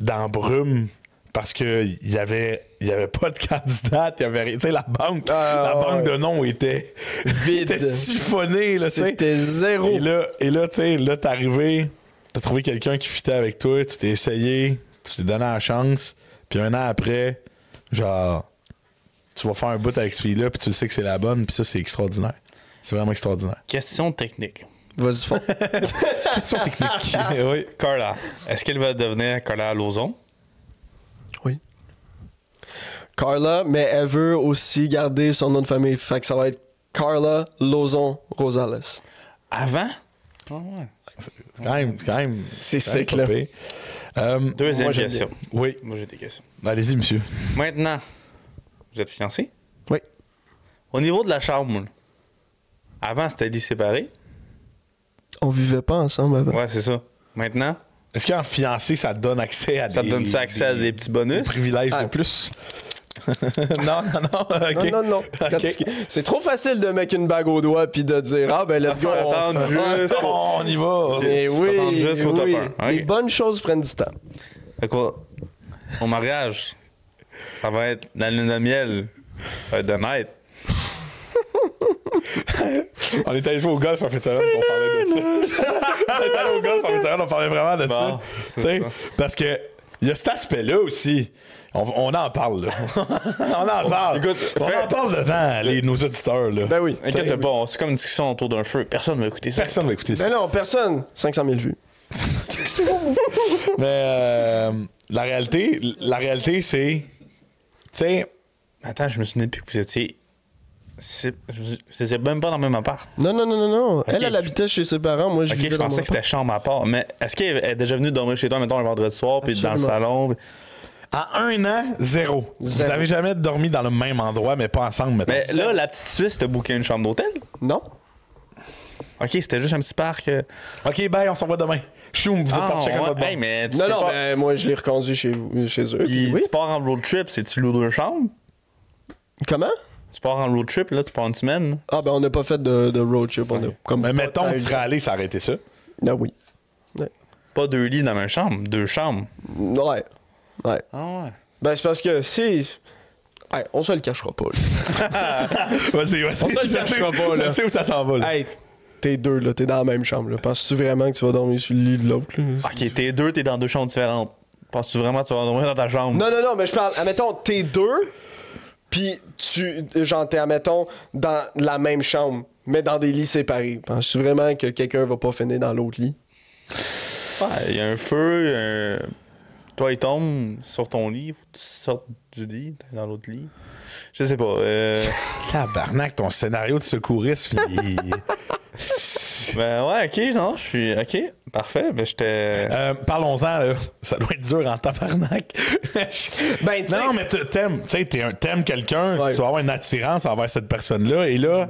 dans brume parce que il y avait il y avait pas de candidate, il y avait rien. tu sais la banque,
Ah,
la
ouais.
banque de noms était
Vide.
était siphonnée là, tu sais.
C'était zéro.
Et là, et là tu sais, là, t'es arrivé, t'as trouvé quelqu'un qui fitait avec toi, tu t'es essayé, tu t'es donné la chance, puis un an après, genre, tu vas faire un bout avec ce fille-là, puis tu le sais que c'est la bonne, puis ça, c'est extraordinaire. C'est vraiment extraordinaire.
Question technique.
Vas-y fond.
Question technique.
Ah.
oui.
Carla, est-ce qu'elle va devenir Carla Lozon?
oui. Carla, mais elle veut aussi garder son nom de famille, fait que ça va être Carla Lozon Rosales.
Avant? Ah ouais.
C'est quand même. c'est quand même
C'est
quand même
sec,
pas
là.
pire. Euh,
Deuxième
Moi, j'aime
question.
oui.
Moi, j'ai des questions.
Allez-y, monsieur.
Maintenant, vous êtes fiancé?
Oui.
Au niveau de la chambre, là, avant, c'était lit séparé.
On vivait pas ensemble avant.
Ouais, c'est ça. Maintenant,
Est-ce qu'en fiancé, ça te donne accès à
ça
des.
te donne ça accès à des petits bonus?
privilèges
Ah.
de plus? non, non, non. ok.
Non, non, non. Quand
Ok.
tu- C'est trop facile de mettre une bague au doigt puis de dire Ah, ben, let's go. on-
Attendre juste pour-
Oh, on y va.
Mais
Faut
oui,
attendre jusqu'au top
oui.
un.
les
Ok.
bonnes choses prennent du temps.
Fait qu'au au mariage, ça va être la lune de miel. Ça va être de night.
On est allé jouer au golf en fait semaine, on parlait de ça. on est allé au golf en fait semaine, on parlait vraiment de ça.
Bon,
Tu sais,
c'est ça.
parce que il y a cet aspect-là aussi. On, on en parle, là. on en parle.
Écoute,
on
fais-
en parle devant les, nos auditeurs, là.
Ben oui.
Inquiète pas, c'est comme une discussion autour d'un feu. Personne ne va écouter ça.
Personne va écouter ça.
Ben non, personne. 500 000 vues.
Mais euh, la réalité, la réalité, c'est. Tu sais,
Attends, je me souviens depuis que vous étiez. C'est je vous- vous étiez même pas dans le même appart.
Non, non, non, non, non. elle,
je-
elle habitait chez ses parents. Moi, je
Ok,
vivais
je
dans
pensais
mon
que c'était chambre à part. Mais est-ce qu'elle est déjà venue dormir chez toi, mettons, un vendredi soir, puis dans le
Absolument.
salon? puis-
à un an, zéro.
Zéro.
Vous avez jamais dormi dans le même endroit, mais pas ensemble, maintenant.
Mais là, la petite Suisse t'a booké une chambre d'hôtel?
appart. Non.
Ok, c'était juste un petit parc. euh.
Ah,
OK, bye, on s'en va demain. Choum, vous êtes
Ah,
partis chacun de
ouais,
votre bord.
hey, mais tu
Non,
peux
non,
pas-
ben, moi, je l'ai reconduit chez, vous, chez eux.
Puis
puis oui.
Tu pars en road trip, c'est tu loues deux chambres?
Comment?
Tu pars en road trip, là, tu pars une semaine.
Ah, ben, on n'a pas fait de, de road trip. On a comme
Ben,
Mais mettons,
Ah,
tu serais allé, ça aurait été ça.
Ah oui. Ouais.
Pas deux lits dans la même chambre, deux chambres.
Ouais. Ouais.
Ah ouais.
Ben, c'est parce que si. Ouais, on se le cachera pas, là.
Vas-y, vas-y.
On se le
Je sais-
cachera pas, là.
Je sais où ça s'en va, là.
Hey, t'es deux, là, t'es dans la même chambre, là. Penses-tu vraiment que tu vas dormir sur le lit de l'autre, là?
Ok, t'es deux, t'es dans deux chambres différentes. Penses-tu vraiment que tu vas dormir dans ta chambre?
Non, non, non, mais je parle, admettons, t'es deux, Puis tu, genre, t'es, admettons, dans la même chambre, mais dans des lits séparés. Penses-tu vraiment que quelqu'un va pas finir dans l'autre lit?
Ouais, Il y a un feu, il y a un- toi il tombe sur ton lit, faut que tu sortes du lit, t'es dans l'autre lit. Je sais pas. euh,
Tabarnak, ton scénario de secouriste, il- il-
ben ouais, ok, non, je suis. Ok, parfait. Ben j'étais.
Euh, Parlons-en, là. ça doit être dur en tabarnak.
Ben, tu sais-
non, mais tu- t'aimes, tu sais, t'es un- t'aimes quelqu'un,
Ouais.
tu vas avoir une attirance envers cette personne-là, et là,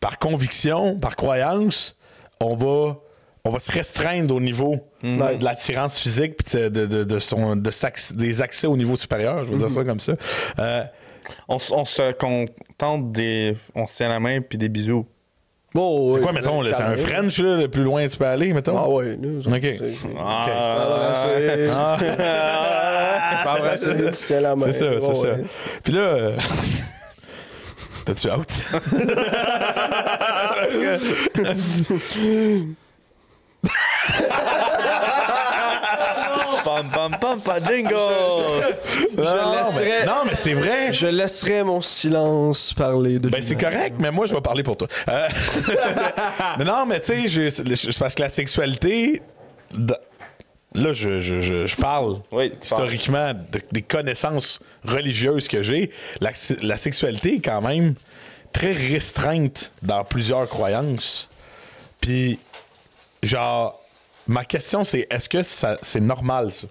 par conviction, par croyance, on va, on va se restreindre au niveau
Mhm.
de l'attirance physique puis de, de- de- de son, de s'acc- des accès au niveau supérieur, je veux
Mhm.
dire ça comme ça. Euh,
On, s- on se contente des. On se tient la main puis des bisous.
Bon,
c'est
ouais,
quoi, mettons, là, c'est un
carrément.
French, là, le plus loin que tu peux aller, mettons?
Ah ouais, là, genre,
OK.
c'est-
Ah,
Embrasser. Embrasser, tu tiens la main.
C'est ça, c'est
Ouais,
ça.
ouais.
Puis là, euh, t'as-tu out?
Pam pam pam pam jingle!
non,
laisserai-
mais, non, mais c'est vrai.
Je laisserai mon silence parler de
Ben, c'est
lui-même.
correct, mais moi, je vais parler pour toi. Euh, mais non, mais tu sais, je- je- je- parce que la sexualité. da- Là, je, je- je- je parle
Oui, tu parles.
historiquement de- des connaissances religieuses que j'ai. La, la sexualité est quand même très restreinte dans plusieurs croyances. Puis, genre, ma question, c'est est-ce que ça- c'est normal, ça?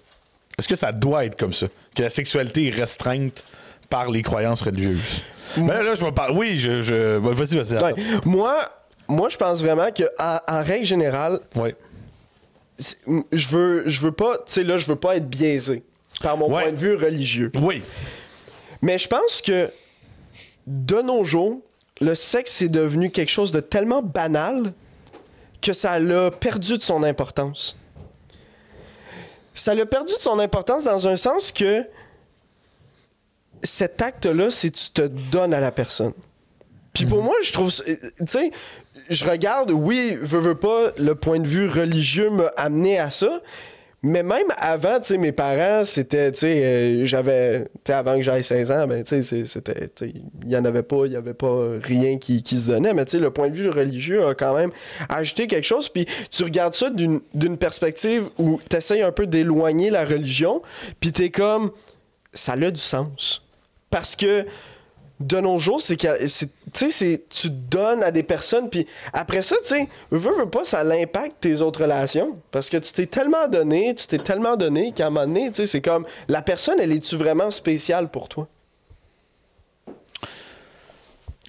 Est-ce que ça doit être comme ça? Que la sexualité est restreinte par les croyances religieuses? Mais là, là, je vais parler. Oui, je. je... bah, Vas-y, vas-y.
Ouais. Moi, moi, je pense vraiment que en- en règle générale,
Ouais.
c'est- m- je veux je veux pas tu sais là je veux pas être biaisé par mon
Ouais.
point de vue religieux
Oui.
mais je pense que de nos jours le sexe est devenu quelque chose de tellement banal que ça l'a perdu de son importance ça l'a perdu de son importance dans un sens que cet acte là c'est tu te donnes à la personne puis pour moi, je trouve. ça- euh, Tu sais, je regarde, oui, veux, veux pas, le point de vue religieux m'a amené à ça. Mais même avant, tu sais, mes parents, c'était, tu sais, euh, j'avais, tu sais, avant que j'aille 16 ans, ben, tu sais, c'est- c'était, tu sais, il y en avait pas, il y avait pas rien qui, qui se donnait, mais tu sais, le point de vue religieux a quand même ajouté quelque chose, puis tu regardes ça d'une d'une perspective où tu essayes un peu d'éloigner la religion, puis t'es comme, ça a du sens. Parce que, de nos jours, c'est que c'est- tu sais, c'est- tu donnes à des personnes, puis après ça, tu sais, veux, veux pas, ça l'impacte tes autres relations. Parce que tu t'es tellement donné, tu t'es tellement donné qu'à un moment donné, tu sais, c'est comme la personne, elle est-tu vraiment spéciale pour toi?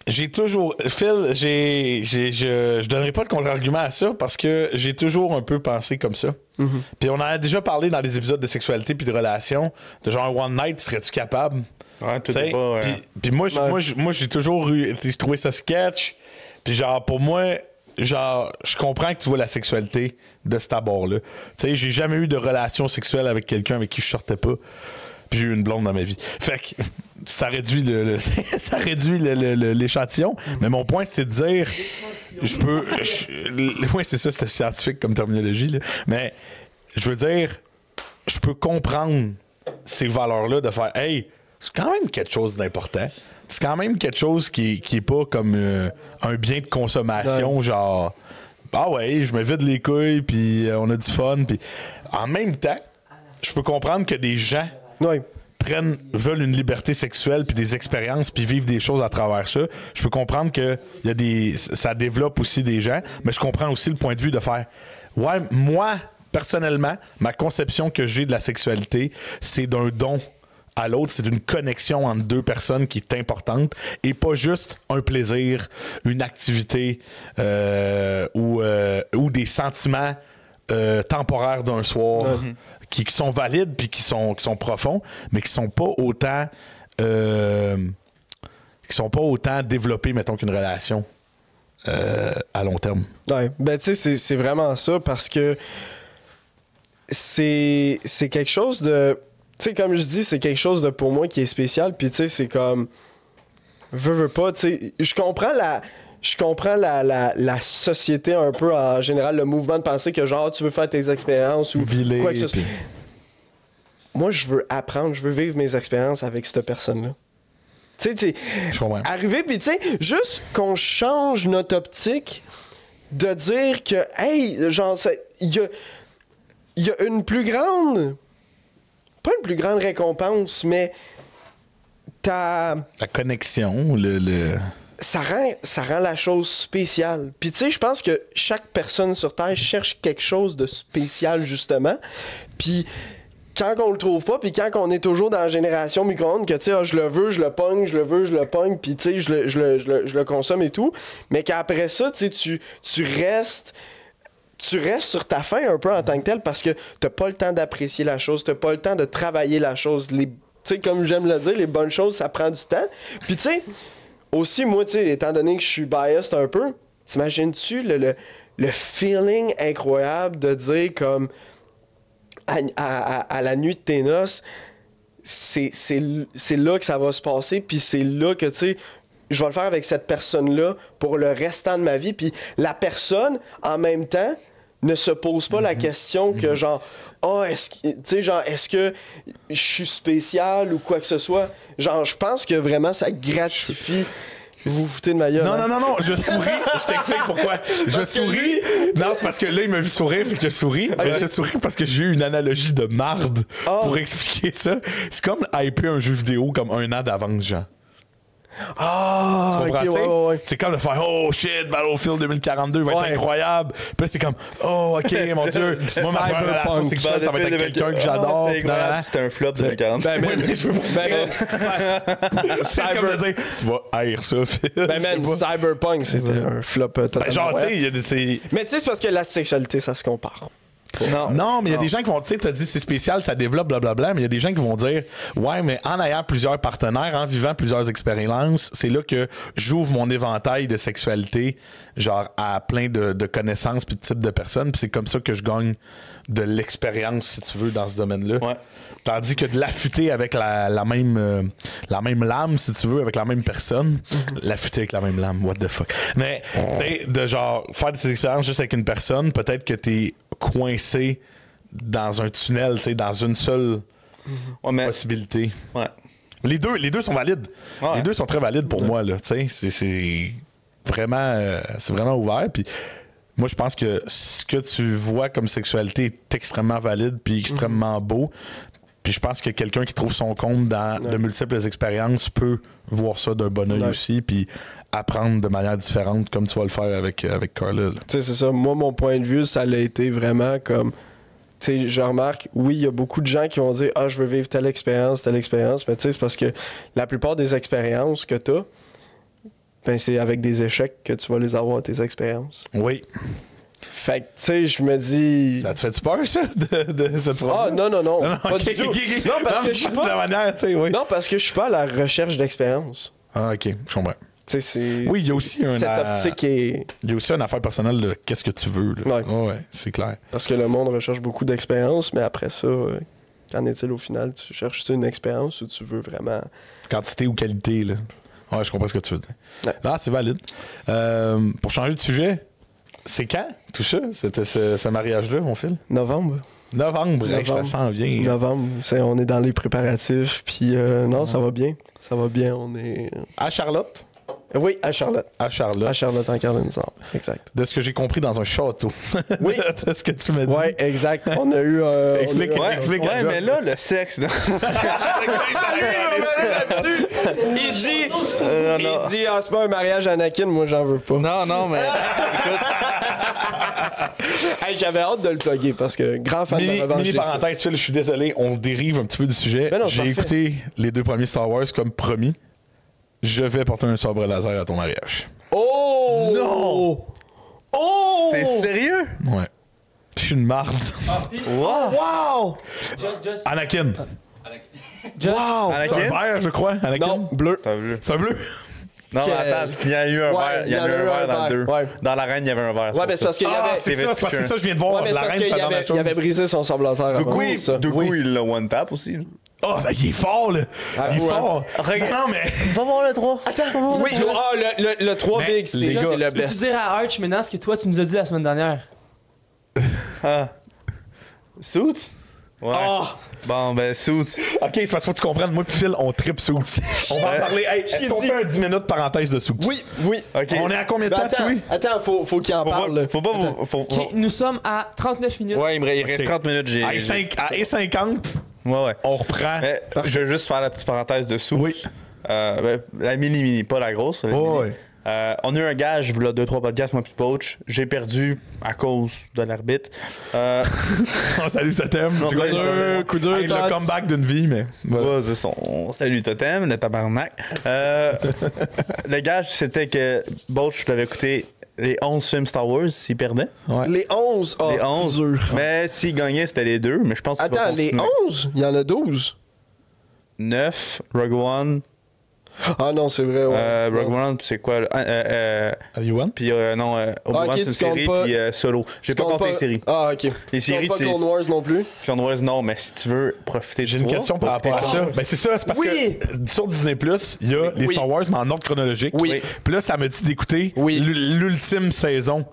J'ai toujours. Phil, j'ai, j'ai- je, je donnerai pas de contre-argument à ça parce que j'ai toujours un peu pensé comme ça. Puis on en a déjà parlé dans des épisodes de sexualité puis de relations. De genre, one night, serais-tu capable?
Ouais, tout
T'sais,
est pas.
puis-
euh,
Puis moi, j'-
Ouais.
moi, j'- moi, j'ai toujours eu- j'ai trouvé ça sketch. Puis genre, pour moi, genre, je comprends que tu vois la sexualité de cet abord-là. Tu sais, j'ai jamais eu de relation sexuelle avec quelqu'un avec qui je sortais pas. Puis j'ai eu une blonde dans ma vie. Fait que ça réduit le, le- ça réduit le- le- le- l'échantillon. Mais mon point, c'est de dire, je peux, je- ouais, c'est ça, c'était scientifique comme terminologie. là. Mais je veux dire, je peux comprendre ces valeurs-là de faire Hey, c'est quand même quelque chose d'important. C'est quand même quelque chose qui, qui est pas comme euh, un bien de consommation, genre Ah ouais, je me vide les couilles, puis euh, on a du fun. Puis en même temps, je peux comprendre que des gens
Oui.
prennent, veulent une liberté sexuelle puis des expériences puis vivent des choses à travers ça. Je peux comprendre que il y a des, ça développe aussi des gens, mais je comprends aussi le point de vue de faire ouais moi personnellement ma conception que j'ai de la sexualité c'est d'un don à l'autre, c'est une connexion entre deux personnes qui est importante et pas juste un plaisir, une activité euh, ou, euh, ou des sentiments euh, temporaires d'un soir qui, qui sont valides puis qui sont, qui sont profonds, mais qui sont pas autant euh, qui sont pas autant développés, mettons, qu'une relation euh, à long terme.
Ouais, ben tu sais, c'est- c'est vraiment ça parce que c'est c'est quelque chose de. Tu sais, comme je dis, c'est quelque chose de pour moi qui est spécial. Puis tu sais, c'est comme. Veux, veux pas, tu sais. Je comprends la. Je comprends la, la, la société un peu en général, le mouvement de pensée que genre tu veux faire tes expériences ou
Viler,
quoi que ce soit.
puis-
Moi, je veux apprendre, je veux vivre mes expériences avec cette personne-là. Tu sais, tu sais,
Je comprends.
arriver, puis tu sais, juste qu'on change notre optique de dire que, hey, genre, ça- il y a, il y a une plus grande. Pas une plus grande récompense, mais. ta
La connexion, le. le-
ça rend, ça rend la chose spéciale. Puis tu sais, je pense que chaque personne sur Terre cherche quelque chose de spécial, justement. Puis quand on le trouve pas, puis quand on est toujours dans la génération micro-ondes, que tu sais, ah, je le veux, je le pogne, je le veux, je le pogne, puis tu sais, je le, je le- je le- je le consomme et tout, mais qu'après ça, tu sais, tu, tu restes tu restes sur ta faim un peu en tant que tel parce que t'as pas le temps d'apprécier la chose, t'as pas le temps de travailler la chose. Les, tu sais, comme j'aime le dire, les bonnes choses, ça prend du temps. Puis tu sais, aussi, moi, tu sais, étant donné que je suis biased un peu, t'imagines-tu le, le, le feeling incroyable de dire comme à, à- à- à la nuit de tes noces, c'est c'est l- c'est là que ça va se passer, puis c'est là que, tu sais, je vais le faire avec cette personne-là pour le restant de ma vie. Puis la personne, en même temps, ne se pose pas la question que, genre, ah, est-ce que, tu sais, genre, est-ce que je suis spécial ou quoi que ce soit. Genre, je pense que vraiment, ça gratifie. Vous vous foutez de ma gueule.
Non, non,
hein?
non, non, je souris. Je t'explique pourquoi. Je
que
souris. Non, c'est parce que là, il m'a vu sourire, fait que je souris. Mais je souris parce que j'ai eu une analogie de marde
Ah.
pour expliquer ça. C'est comme hyper un jeu vidéo comme un an d'avance, genre.
Ah, ok, ouais,
Comprends-tu?
ouais, ouais.
C'est comme de faire Oh shit, Battlefield 2042 va
Ouais.
être incroyable. Puis là, c'est comme Oh ok, mon dieu. Moi, ma première relation
Cyberpunk,
sexuelle, ça va être avec quelqu'un que j'adore.
C'est
Non, non, non.
incroyable, C'était un flop de 2040.
Ben, man, mais je veux pas
Ben,
C'est comme de dire Tu vas haïr ça, Phil.
Ben, man,
C'est pas-
Cyberpunk, c'était un flop euh, totalement.
Ben, Genre, tu
ouais.
sais, il y a des. c'est-
Mais tu sais, c'est parce que la sexualité, ça se compare.
Non.
Non, mais il y a des gens qui vont, tu sais, tu as dit c'est spécial, ça développe, blablabla, mais il y a des gens qui vont dire, ouais, mais en ayant plusieurs partenaires, en vivant plusieurs expériences, c'est là que j'ouvre mon éventail de sexualité, genre à plein de, de connaissances puis de types de personnes, puis c'est comme ça que je gagne de l'expérience, si tu veux, dans ce domaine-là.
Ouais.
Tandis que de l'affûter avec la, la même, euh, la même lame, si tu veux, avec la même personne,
Mm-hmm.
l'affûter avec la même lame, what the fuck. Mais,
Oh.
tu sais, de genre, faire des expériences juste avec une personne, peut-être que t'es coincé dans un tunnel, tu sais, dans une seule
Ouais, mais.
possibilité.
Ouais.
Les deux, les deux sont valides.
Ouais.
Les deux sont très valides pour moi, là, tu sais. C'est- C'est vraiment, euh, c'est vraiment ouvert, puis... Moi, je pense que ce que tu vois comme sexualité est extrêmement valide
Mhm.
puis extrêmement beau. Puis je pense que quelqu'un qui trouve son compte dans de multiples expériences peut voir ça d'un bon oeil
Ouais.
aussi puis apprendre de manière différente comme tu vas le faire avec, euh, avec Carla. là.
Tu sais, c'est ça. Moi, mon point de vue, ça l'a été vraiment comme. Tu sais, je remarque, oui, il y a beaucoup de gens qui vont dire Ah, je veux vivre telle expérience, telle expérience. Mais tu sais, c'est parce que la plupart des expériences que tu as, ben, c'est avec des échecs que tu vas les avoir, tes expériences.
Oui.
Fait que, tu sais, je me dis.
Ça te fait-tu peur, ça, de, de cette phrase?
Ah, non, non, non.
Non, non,
pas
ok,
du tout.
ok, ok.
Non, parce
Non,
que je suis
c'est la
pas.
manière, tu sais, oui.
Non, parce que je suis pas à la recherche d'expérience.
Ah, ok, je comprends.
Tu sais, c'est.
Oui, il y a aussi un.
Cette
euh,
optique est.
Il y a aussi une affaire personnelle de qu'est-ce que tu veux. Là.
Ouais.
ouais, c'est clair.
Parce que le monde recherche beaucoup d'expérience, mais après ça, euh, qu'en est-il au final? Tu cherches une expérience ou tu veux vraiment.
Quantité ou qualité, là. Ouais, je comprends ce que tu veux dire.
Ouais.
Non, c'est valide. Euh, pour changer de sujet, c'est quand tout ça? C'était ce, ce mariage-là, mon fil?
Novembre?
Novembre, hey,
Novembre.
ça s'en vient.
Novembre, c'est, on est dans les préparatifs, puis euh, non, ça va bien. Ça va bien, on est.
À Charlotte.
Euh, Oui, à Charlotte.
À Charlotte.
À Charlotte en Caroline du Nord. Exact.
De ce que j'ai compris dans un château.
Oui.
de ce que tu m'as dit.
Ouais, exact. On a eu. euh, on a
Explique,
eu-
Ouais,
Explique à
ouais,
Joss.
mais là, le sexe. non.
Il dit, il dit, ah, c'est pas un mariage Anakin, moi j'en veux pas.
Non, non, mais.
Hey, j'avais hâte de le plugger parce que grand fan
Mini,
de revanche.
mini
des Sith.
parenthèse, Phil, je suis désolé, on dérive un petit peu du sujet.
Ben non, c'est
J'ai
parfait.
écouté les deux premiers Star Wars comme promis. Je vais porter un sabre laser à ton mariage.
Oh!
Non!
Oh!
T'es sérieux?
Ouais. Je suis une marde.
Wow!
Oh, Wow!
Just, just.
Anakin.
Wow!
C'est un
Anakin?
vert, je crois. Anakin.
Non, bleu.
T'as vu?
C'est un bleu.
Non,
Que-
mais attends, parce qu'il y en a eu un
Ouais,
verre. Il y en a eu un verre dans le deux.
Ouais.
Dans l'arène, il y avait un verre.
Ouais, mais c'est parce qu'il y
Ah,
avait.
c'est
c'est
ça,
vrai,
c'est parce que
c'est
ça, je viens de voir.
Ouais, mais c'est
la
parce
reine,
qu'il
ça
y
donne la
avait, il
chose.
avait brisé son sable laser avant.
Doucou,
Oui, ça.
il- Doucou, il l'a one tap aussi.
Oh, il est fort, là. il est
Avoue, hein.
fort. Non, mais.
Va voir le 3. Attends,
Oui, ah, le, le, le 3
Mais,
big, c'est
les gars,
c'est le
tu
Peux-tu
best.
dire à Arch maintenant ce que toi tu nous as dit la semaine dernière?
Suit? Euh, Ouais.
Oh.
Ah!
Bon, ben, Suits.
Ok, c'est parce qu'il faut que tu comprennes. Moi, puis Phil, on tripe Suits. On va en parler. Hey, est-ce qu'on fait un 10 minutes parenthèse de Suits?
Oui, oui.
Ok.
On est à combien de
Ben,
temps,
attends,
Louis?
attends, faut, faut qu'il en
Faut
parle. là.
pas, faut pas vous. Faut,
Ok,
faut-
nous sommes à 39 minutes.
Ouais, il me il reste
Ok.
30 minutes. J'ai.
À
j'ai-
E5 à E50,
Ouais, ouais.
on reprend.
Mais je veux juste faire la petite parenthèse de Suits.
Oui.
Euh, ben, la mini-mini, pas la grosse. la
Ouais,
mini.
ouais.
Euh, on a eu un gage, voilà, deux, trois podcasts, moi, puis Poach. J'ai perdu à cause de l'arbitre. Euh,
on salue Totem.
On salue Totem.
coup dur. Hey,
Tots.
le comeback d'une vie, mais. voilà.
Ouais, c'est ça. On salue Totem, le tabarnak. Euh, le gage, c'était que Bosch l'avait coûté les 11 films Star Wars s'il perdait.
Les 11. ah,
les 11.
dur.
Mais s'il gagnait, c'était les deux. Mais je pense qu'il va
Attends, les
continuer.
11 Il y en a 12.
9, Rogue One.
Ah non, c'est vrai. Ouais.
euh, Rogue
Ouais.
One, c'est quoi là? Ah, euh, euh,
Have you won?
Puis euh, non, euh, Obi-Wan,
Ah, ok,
c'est une
tu comptes
série,
pas-
puis euh, Solo. J'ai
Tu
pas
comptes
compté les séries.
Ah, ok.
Les
Tu
séries,
comptes
c'est.
pas Clone Wars non plus.
Clone Wars, non, mais si tu veux profiter
J'ai une question par rapport à ça. Ben, c'est ça, c'est parce
Oui.
que sur Disney Plus, il y a les
Oui.
Star Wars, mais en ordre chronologique.
Oui.
Puis là, ça me dit d'écouter
Oui.
l'ul- l'ultime saison.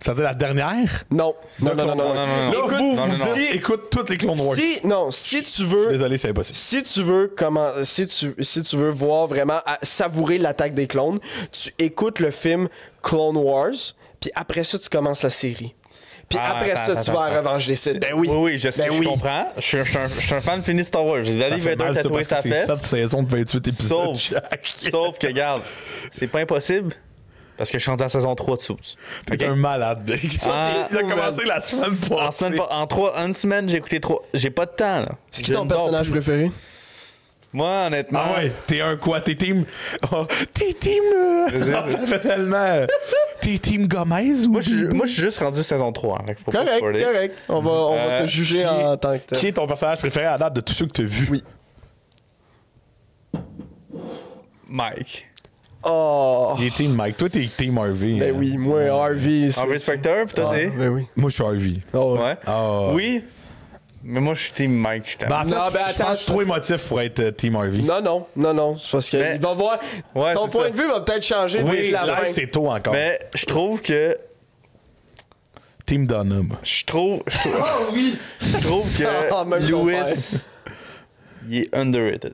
C'est-à-dire la dernière.
Non. Non, non, non, non.
non, non,
Là,
non.
vous,
Non, non,
vous
non.
dites, écoute toutes les Clone Wars.
Si, non, si tu veux.
Désolé, c'est impossible.
Si tu veux comment, si tu, si tu veux voir vraiment à- savourer l'attaque des clones, tu écoutes le film Clone Wars, puis après ça tu commences la série. Puis
Ah,
après
attends,
ça tu
attends,
vas à
attends.
Revanche des Sith. Ben oui.
Oui, oui, je sais,
Ben
je
oui.
comprends. Je suis- je suis un- je suis un fan fini de Star Wars. J'ai Danny
Ça fait
Vader
mal, ça,
tatoué
parce
sa
que c'est
fesse.
7 saisons de 28 épisodes.
Sauf,
Jack.
sauf que, regarde, c'est pas impossible parce que je suis rendu à la saison 3 de Suits.
T'es
Ok?
un malade, mec. Ça,
Ah,
c'est- il a commencé la semaine
En,
passée.
semaine, en trois, en une semaine, j'ai écouté trois. J'ai pas de temps, là.
C'est qui ton personnage préféré?
Moi, honnêtement.
Ah ouais, t'es un quoi? T'es team. Oh, t'es team. euh, ça fait tellement. T'es team Gomez ou.
Moi, je suis- moi, je suis juste rendu saison 3. hein, fait que faut pas
Correct,
spoiler.
correct. On va, on va
Euh,
te juger
qui-
en tant que
Qui est ton personnage préféré à date de tous ceux que t'as vus?
Oui.
Mike.
Oh.
Il est team Mike. Toi, t'es team Harvey.
Ben
hein.
oui,
Euh,
moi Harvey. c'est-
En respecteur, pis
Ah,
toi, t'es.
Ben oui.
Moi, je suis Harvey.
Oh,
Ouais.
Ah.
Oui. Mais moi, je suis team Mike, je t'aime.
Ben, en fait,
Non,
je-
ben,
je
attends,
pense que je suis trop émotif pour être euh, team Harvey.
Non, non, non, non. C'est parce que
Mais-
il va voir.
Ben, Ouais,
ton
c'est
point
ça.
de vue va peut-être changer. dès
Oui,
la fin.
live, c'est tôt encore.
Mais je trouve que.
Team Dunham.
Je trouve. Je trouve, je trouve
Ah,
que.
même ton
Lewis. Il est underrated.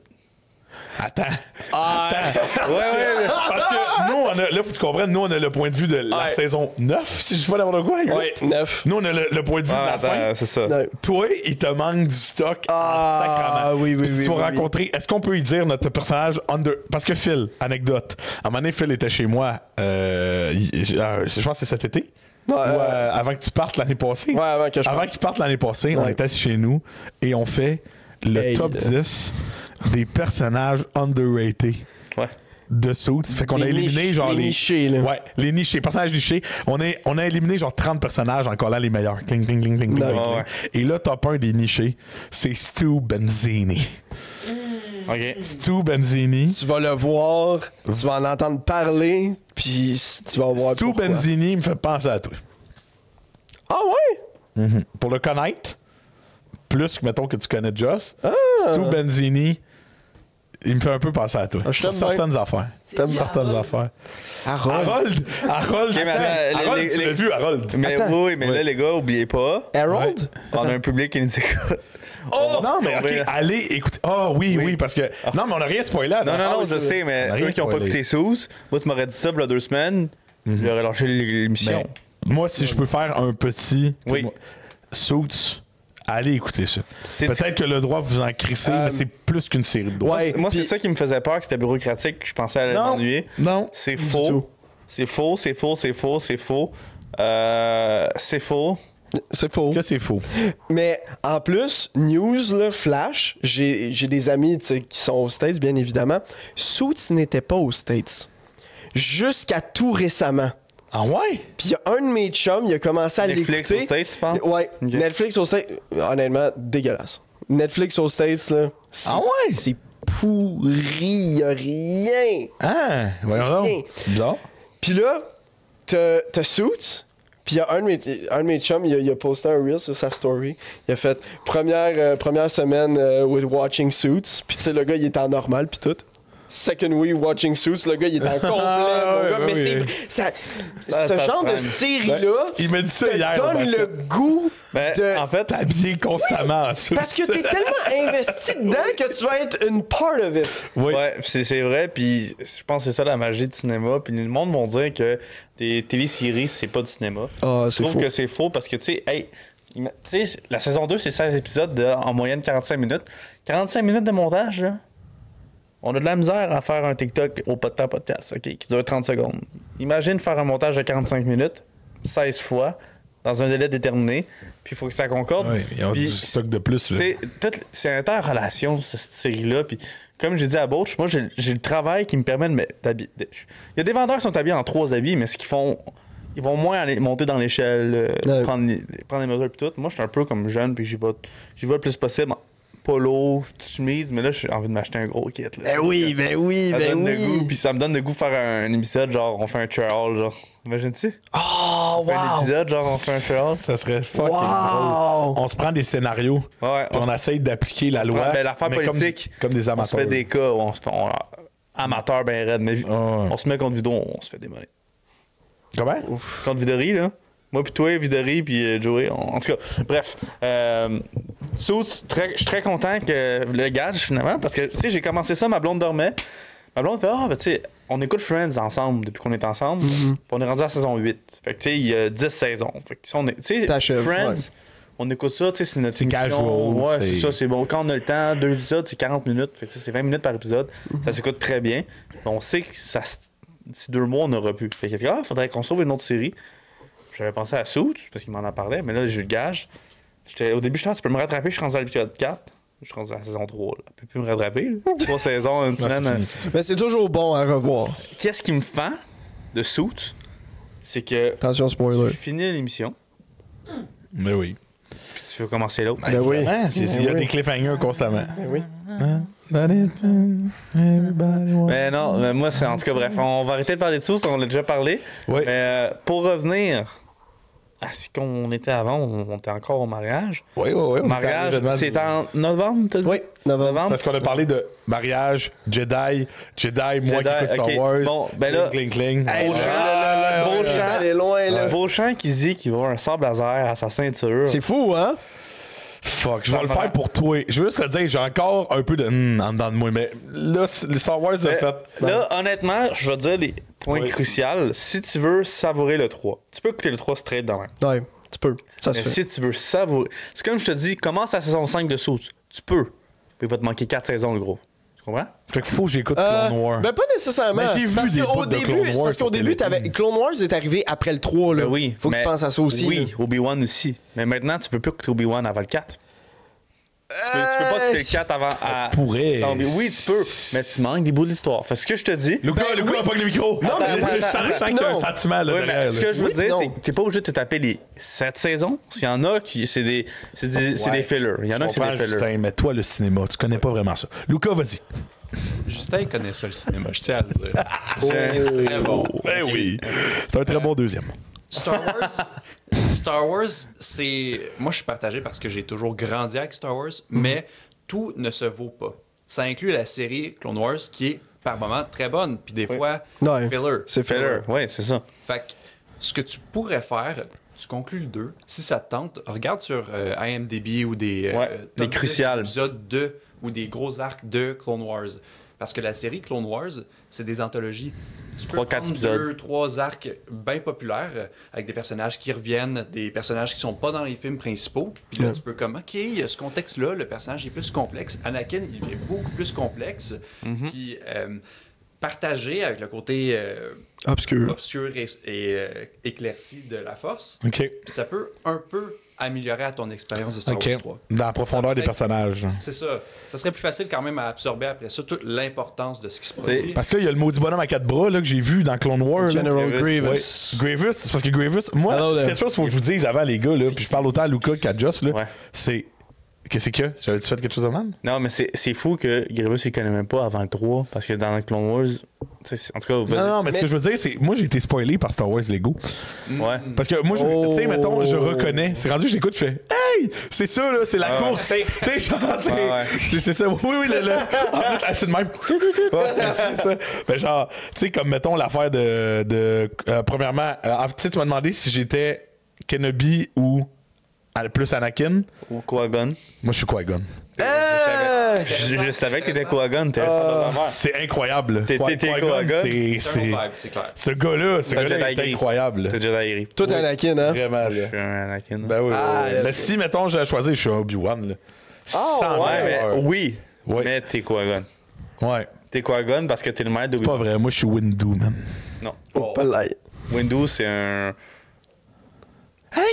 Attends.
Ah.
Ouais, ouais, ouais.
Parce que nous, on a, là, faut que tu comprennes, nous, on a le point de vue de la
Ouais.
saison 9, si je vois n'importe quoi. gars.
Ouais, neuf.
Nous, on a le, le point de vue de
Ah,
la fin.
attends, c'est ça.
Ouais.
Toi, il te manque du stock
Ah,
en sacrament.
oui, oui,
Puis
oui,
Tu vas
oui,
rencontrer. Est-ce qu'on peut y dire notre personnage under. Parce que Phil, anecdote. À un moment donné, Phil était chez moi. euh, il- j- euh, je pense que c'est cet été.
Ouais,
Ou, euh,
euh,
avant que tu partes l'année passée.
Ouais, avant que je
Avant
parte.
qu'il parte l'année passée, on
Ouais.
était chez nous et on fait le
Hey,
top
là.
10 des personnages underrated
Ouais.
de Suits. Fait qu'on
Les
a éliminé
niches-
genre
les
les.
nichés, là.
Ouais, les nichés, personnages nichés. On a, on a éliminé genre 30 personnages en collant les meilleurs. Cling, cling, cling, cling, cling,
Ouais.
cling, cling.
Ouais.
Et là, top 1 des nichés, c'est Stu Benzini.
Ok.
Stu Benzini.
Tu vas le voir, tu vas en entendre parler, puis si tu vas voir.
Stu
pourquoi.
Benzini me fait penser à toi.
Ah ouais?
Pour le connaître, plus que mettons que tu connais Joss,
Ah!
Stu Benzini, il me fait un peu penser à toi.
Ah, je
Sur
t'aime
certaines affaires.
T'aimes
qui,
Certaines
Harold?
affaires.
Harold.
Harold! Harold!
mais
attends,
attends, les-
Harold,
les-
tu l'as
les-
vu, Harold!
Mais
Attends.
oui, mais là, les gars, oubliez pas.
Harold?
On a un public qui nous écoute.
Oh,
On va
non, mais
retomber
ok,
là.
allez écouter. Ah oui, oui, parce que. Non, mais on n'a rien spoilé.
Non, non, non, je sais, mais
Ah On a rien
eux qui n'ont pas
spoilé.
écouté Sous, moi, tu m'aurais dit ça, il y a deux semaines,
Mhm.
j'aurais lâché l'émission.
Mais moi, si je peux faire un petit.
Oui.
tu sais, moi, Suits, allez écouter ça.
C'est-
Peut-être que le droit vous en crissez,
Euh,
mais c'est plus qu'une série de droits.
Moi,
Ouais,
c'est- moi, c'est
puis-
ça qui me faisait peur, que c'était bureaucratique, que je pensais à
Ben, Non,
m'ennuyer.
non,
C'est
du
faux.
tout.
C'est faux, c'est faux, c'est faux, c'est faux. Euh, c'est faux.
C'est faux.
Que c'est faux.
Mais en plus, news, là, flash, j'ai j'ai des amis tu sais, qui sont aux States, bien évidemment. Suits n'était pas aux States. Jusqu'à tout récemment.
Ah ouais?
Puis il y a un de mes chums, il a commencé à l'écouter.
Netflix aux States, tu penses?
Ouais.
Ok.
Netflix aux States, honnêtement, dégueulasse. Netflix aux States, là. c'est-
Ah ouais?
C'est pourri, y a rien.
Ah, voyons
Rien.
donc. C'est Bizarre.
Puis là, t'as t'as Suits. Puis il y a un de mes, un de mes chums, il a, il a posté un reel sur sa story. Il a fait première, euh, première semaine euh, with watching Suits. Puis tu sais, le gars, il est en normal, puis tout. Second We Watching Suits, le gars, il est en complet,
Ah,
mon
ouais,
gars,
ouais,
mais
ouais.
c'est vrai. ça-
Ça,
ce
ça
genre
traîne.
de série-là
Il m'a dit ça
te
hier. au
donne
basket.
le goût
Ben,
de...
en fait,
T'habilles constamment en Suits.
Parce que t'es tellement investi dedans que tu vas être une part of it.
Oui.
Ouais, pis c'est c'est vrai, puis je pense que c'est ça la magie du cinéma. Puis le monde vont dire que des téléséries, c'est pas du cinéma.
Ah,
je trouve que c'est faux parce que, tu sais, hey, tu sais, la saison 2, c'est 16 épisodes de, en moyenne 45 minutes. 45 minutes de montage, là. On a de la misère à faire un TikTok au pas de temps, pas de tasse, OK, qui dure 30 secondes. Imagine faire un montage de 45 minutes, 16 fois, dans un délai déterminé, puis il faut que ça concorde.
Ouais, ils ont
Puis
du stock de plus. là.
c'est toute- c'est interrelation, ce- cette série-là. Puis, comme j'ai dit à Bauch, moi, j'ai j'ai le travail qui me permet de me- d'habiller. de- Il y a des vendeurs qui sont habillés en trois habits, mais ce qu'ils font, ils vont moins aller monter dans l'échelle, euh,
Ouais.
prendre, les- prendre les mesures, puis tout. Moi, je suis un peu comme jeune, puis j'y vais, j'y vais le plus possible. en Polo, petite chemise, mais là, j'ai envie de m'acheter un gros kit. là.
ben oui,
Ça donne le goût, puis ça me donne le goût de faire un, un épisode, genre, on fait un trial, genre. Imagine-tu?
Oh,
On fait Un épisode, genre, on fait un trial.
Ça serait fucking
Wow.
drôle. On se prend des scénarios.
Ouais,
puis on, essaye d'appliquer la loi.
Ouais, ben, l'affaire
mais comme-
politique,
Comme, des
on se
amateurs.
fait des cas où on se on- amateur ben raide, mais vi-
Ah ouais.
on se met contre Vidon, on se fait démolir.
Comment?
Contre Vidori, là. Moi puis toi, Vidori puis euh, Joey. on- En tout cas, bref. Euh, Suits, très- je suis très content que le gage finalement, parce que tu sais, j'ai commencé ça, ma blonde dormait. Ma blonde fait Ah, ben tu sais, on écoute Friends ensemble depuis qu'on est ensemble.
Mm-hmm.
Puis on est rendu à la saison 8. Fait que tu sais, il y a 10 saisons. Fait que si on est. Tu sais,
T'achèves,
Friends.
ouais.
On écoute ça, tu sais, c'est notre
C'est
émission.
casual,
Ouais,
c'est-
c'est ça, c'est bon. Quand on a le temps, deux épisodes, c'est 40 minutes. Fait que ça, c'est 20 minutes par épisode.
Mhm.
Ça s'écoute très bien. On sait que ça, se- d'ici deux mois, on aura pu. Fait que, ah, faudrait qu'on trouve une autre série. J'avais pensé à Suits, parce qu'il m'en en parlait, mais là, j'ai eu le gage. J'étais, au début, je tu peux me rattraper, je suis rendu à l'épisode 4. Je suis rendu à la saison 3. Là. Je peux plus me rattraper. là. Trois saisons, une
Non, c'est
semaine. euh.
fini, c'est fini.
Mais c'est toujours bon à revoir.
Qu'est-ce qui me fend de Suits? C'est que
Attention,
tu
spoiler.
finis l'émission,
Mais oui.
puis tu veux commencer l'autre.
Ben oui.
Vraiment, c'est-
Ben
Il y a
oui.
des cliffhangers constamment.
Ben
oui.
Hein? That it, man. Everybody wants-
Mais Ben non, mais moi, c'est en tout cas, bref, on va arrêter de parler de Suits, on en a déjà parlé.
Oui.
Mais euh, pour revenir à ce qu'on était avant, on, on était encore au mariage.
Oui, oui, oui. on
mariage,
parle de-
c'est en novembre, t'as dit?
Oui, novembre.
novembre.
Parce qu'on a parlé de mariage, Jedi, Jedi, moi qui
Jedi,
écoute Star
ok.
Wars.
Bon, ben là-
Cling, cling, cling.
Hey,
Ouais.
je-
Ah,
Bon
ouais, ouais.
chat.
Elle est loin, là.
Le Beauchamp qui dit qu'il va avoir un sable laser à sa ceinture.
C'est fou, hein?
Fuck, je
Ça
vais le
va.
faire pour toi. Je veux juste te dire, j'ai encore un peu de hmm en dedans de moi, mais là, c- le Star Wars a
Mais
fait.
Euh, Là, honnêtement, je vais te dire les points
Oui.
cruciaux. Si tu veux savourer le 3, tu peux écouter le 3 straight demain.
Ouais, tu peux. Ça se
Mais
fait.
si tu veux savourer. C'est comme je te dis, commence la saison 5 de Suits. Tu peux. Mais il va te manquer 4 saisons, le gros. Tu comprends?
Fait que faut que j'écoute
Euh,
Clone Wars.
ben pas nécessairement.
Mais j'ai vu
parce
des bouts
qu'au
de Clone
début, c'est
Wars
parce
sur
qu'au début,
Télétoon.
t'avais Clone Wars est arrivé après le 3 là.
Ben oui.
Faut que
mais-
tu penses à ça aussi.
Oui, Obi-Wan aussi. Mais maintenant, tu peux plus écouter Obi-Wan avant le 4. Tu peux, tu peux pas écouter le 4 avant. à-
Ben, tu pourrais.
sans- Oui, tu peux. Mais tu manques des bouts de l'histoire. Fait que ce que je te dis.
Luca,
Ben
Luca
oui.
a pas que le micro. Non,
mais attends,
je
attends,
sens- je sens
oui,
qu'il y a un
non.
sentiment là,
Oui, mais
derrière.
ce
là.
que je veux
Oui,
dire,
non.
c'est que t'es pas obligé de te taper les 7 saisons. S'il y en a qui. C'est des, c'est des, c'est des fillers. Il y en a qui c'est
Comprends,
des fillers.
Justin, mais toi, le cinéma, tu connais pas vraiment ça. Luca, vas-y.
Justin connaît ça le cinéma, je tiens à le dire.
Oh.
J'ai-
Très bon.
Ben oui. C'est un très bon deuxième.
Star Wars, Star Wars, c'est. Moi, je suis partagé parce que j'ai toujours grandi avec Star Wars,
Mhm.
mais tout ne se vaut pas. Ça inclut la série Clone Wars qui est par moments très bonne, puis des fois
Ouais.
filler.
C'est fait.
Filler, ouais, c'est ça.
Fait que ce que tu pourrais faire, tu conclus le 2, si ça te tente, regarde sur euh, IMDb ou des euh,
Ouais,
top
les
10
cruciales.
épisodes de ou des gros arcs de Clone Wars parce que la série Clone Wars, c'est des anthologies. Tu peux
Trois, quatre
prendre
épisodes.
deux, trois arcs bien populaires euh, avec des personnages qui reviennent, des personnages qui sont pas dans les films principaux. Puis là, tu peux comme, OK, il y a ce contexte-là, le personnage est plus complexe. Anakin, il est beaucoup plus complexe.
Mm-hmm.
Puis euh, partagé avec le côté euh,
Obscur.
obscur et, et, euh, éclairci de la force.
OK.
Puis ça peut un peu améliorer à ton expérience de Star
OK.
Wars 3.
Dans la profondeur des
Ça-
personnages.
C'est ça. Ça serait plus facile quand même à absorber après ça toute l'importance de ce qui se produit.
Parce que là, il y a le maudit bonhomme à quatre bras là, que j'ai vu dans Clone Wars. là.
General
Grievous.
Grievous.
Ouais. Grievous, c'est parce que Grievous, moi,
Hello
c'est
there.
quelque chose qu'il faut que je vous dise avant, les gars, là, puis je parle autant à Luca qu'à Joss, là,
Ouais.
c'est. Qu'est-ce que J'avais-tu fait quelque chose de même?
Non, mais c'est c'est fou que Grievous, il connaît même pas avant le 3, parce que dans le Clone Wars, tu sais, en tout cas,
Non,
vas-y.
non, mais, ce que je veux dire, c'est. Moi, j'ai été spoilé par Star Wars Lego.
Ouais.
Oh. Parce que moi, je- tu sais, mettons, je reconnais. C'est rendu, je l'écoute, je fais Hey, oui, c'est ça, là, c'est la
Ah Ouais, ouais.
course. Tu sais, genre, c'est
Ouais, ouais.
c'est- c'est ça. Oui, oui, là, là. En plus, elle, c'est de même. Tout, tout, tout. Ouais, c'est ça. Mais genre, tu sais, comme mettons l'affaire de. de euh, premièrement, euh, en- tu sais, tu m'as demandé si j'étais Kenobi ou euh, plus Anakin.
Ou Quagon.
Moi, je suis Qui-Gon.
Ah!
Je, je savais que t'étais Quagon. T'es
C'est incroyable.
T'es- t'es- t'es
Qui-Gon,
Qui-Gon?
c'est-
C'est un
C'est.
bon vibe, c'est clair.
Ce gars-là, ce
C'est un
gars-là
Jedi
est
gris.
incroyable.
T'es Jedi Gris.
Toi, t'es Anakin, hein?
Vraiment,
Je
là.
suis un Anakin.
Ben oui, oui,
Ah,
oui.
ok.
Mais si, mettons, j'ai à choisir, je suis un Obi-Wan, là.
Ah,
Sans
ouais, mais
erreur.
oui.
Ouais.
Mais t'es Quagon.
Ouais.
T'es Quagon parce que t'es le maître de
C'est pas vrai, moi, je suis Windu, man.
Non.
Oh.
Pas l'air.
Windows, c'est un.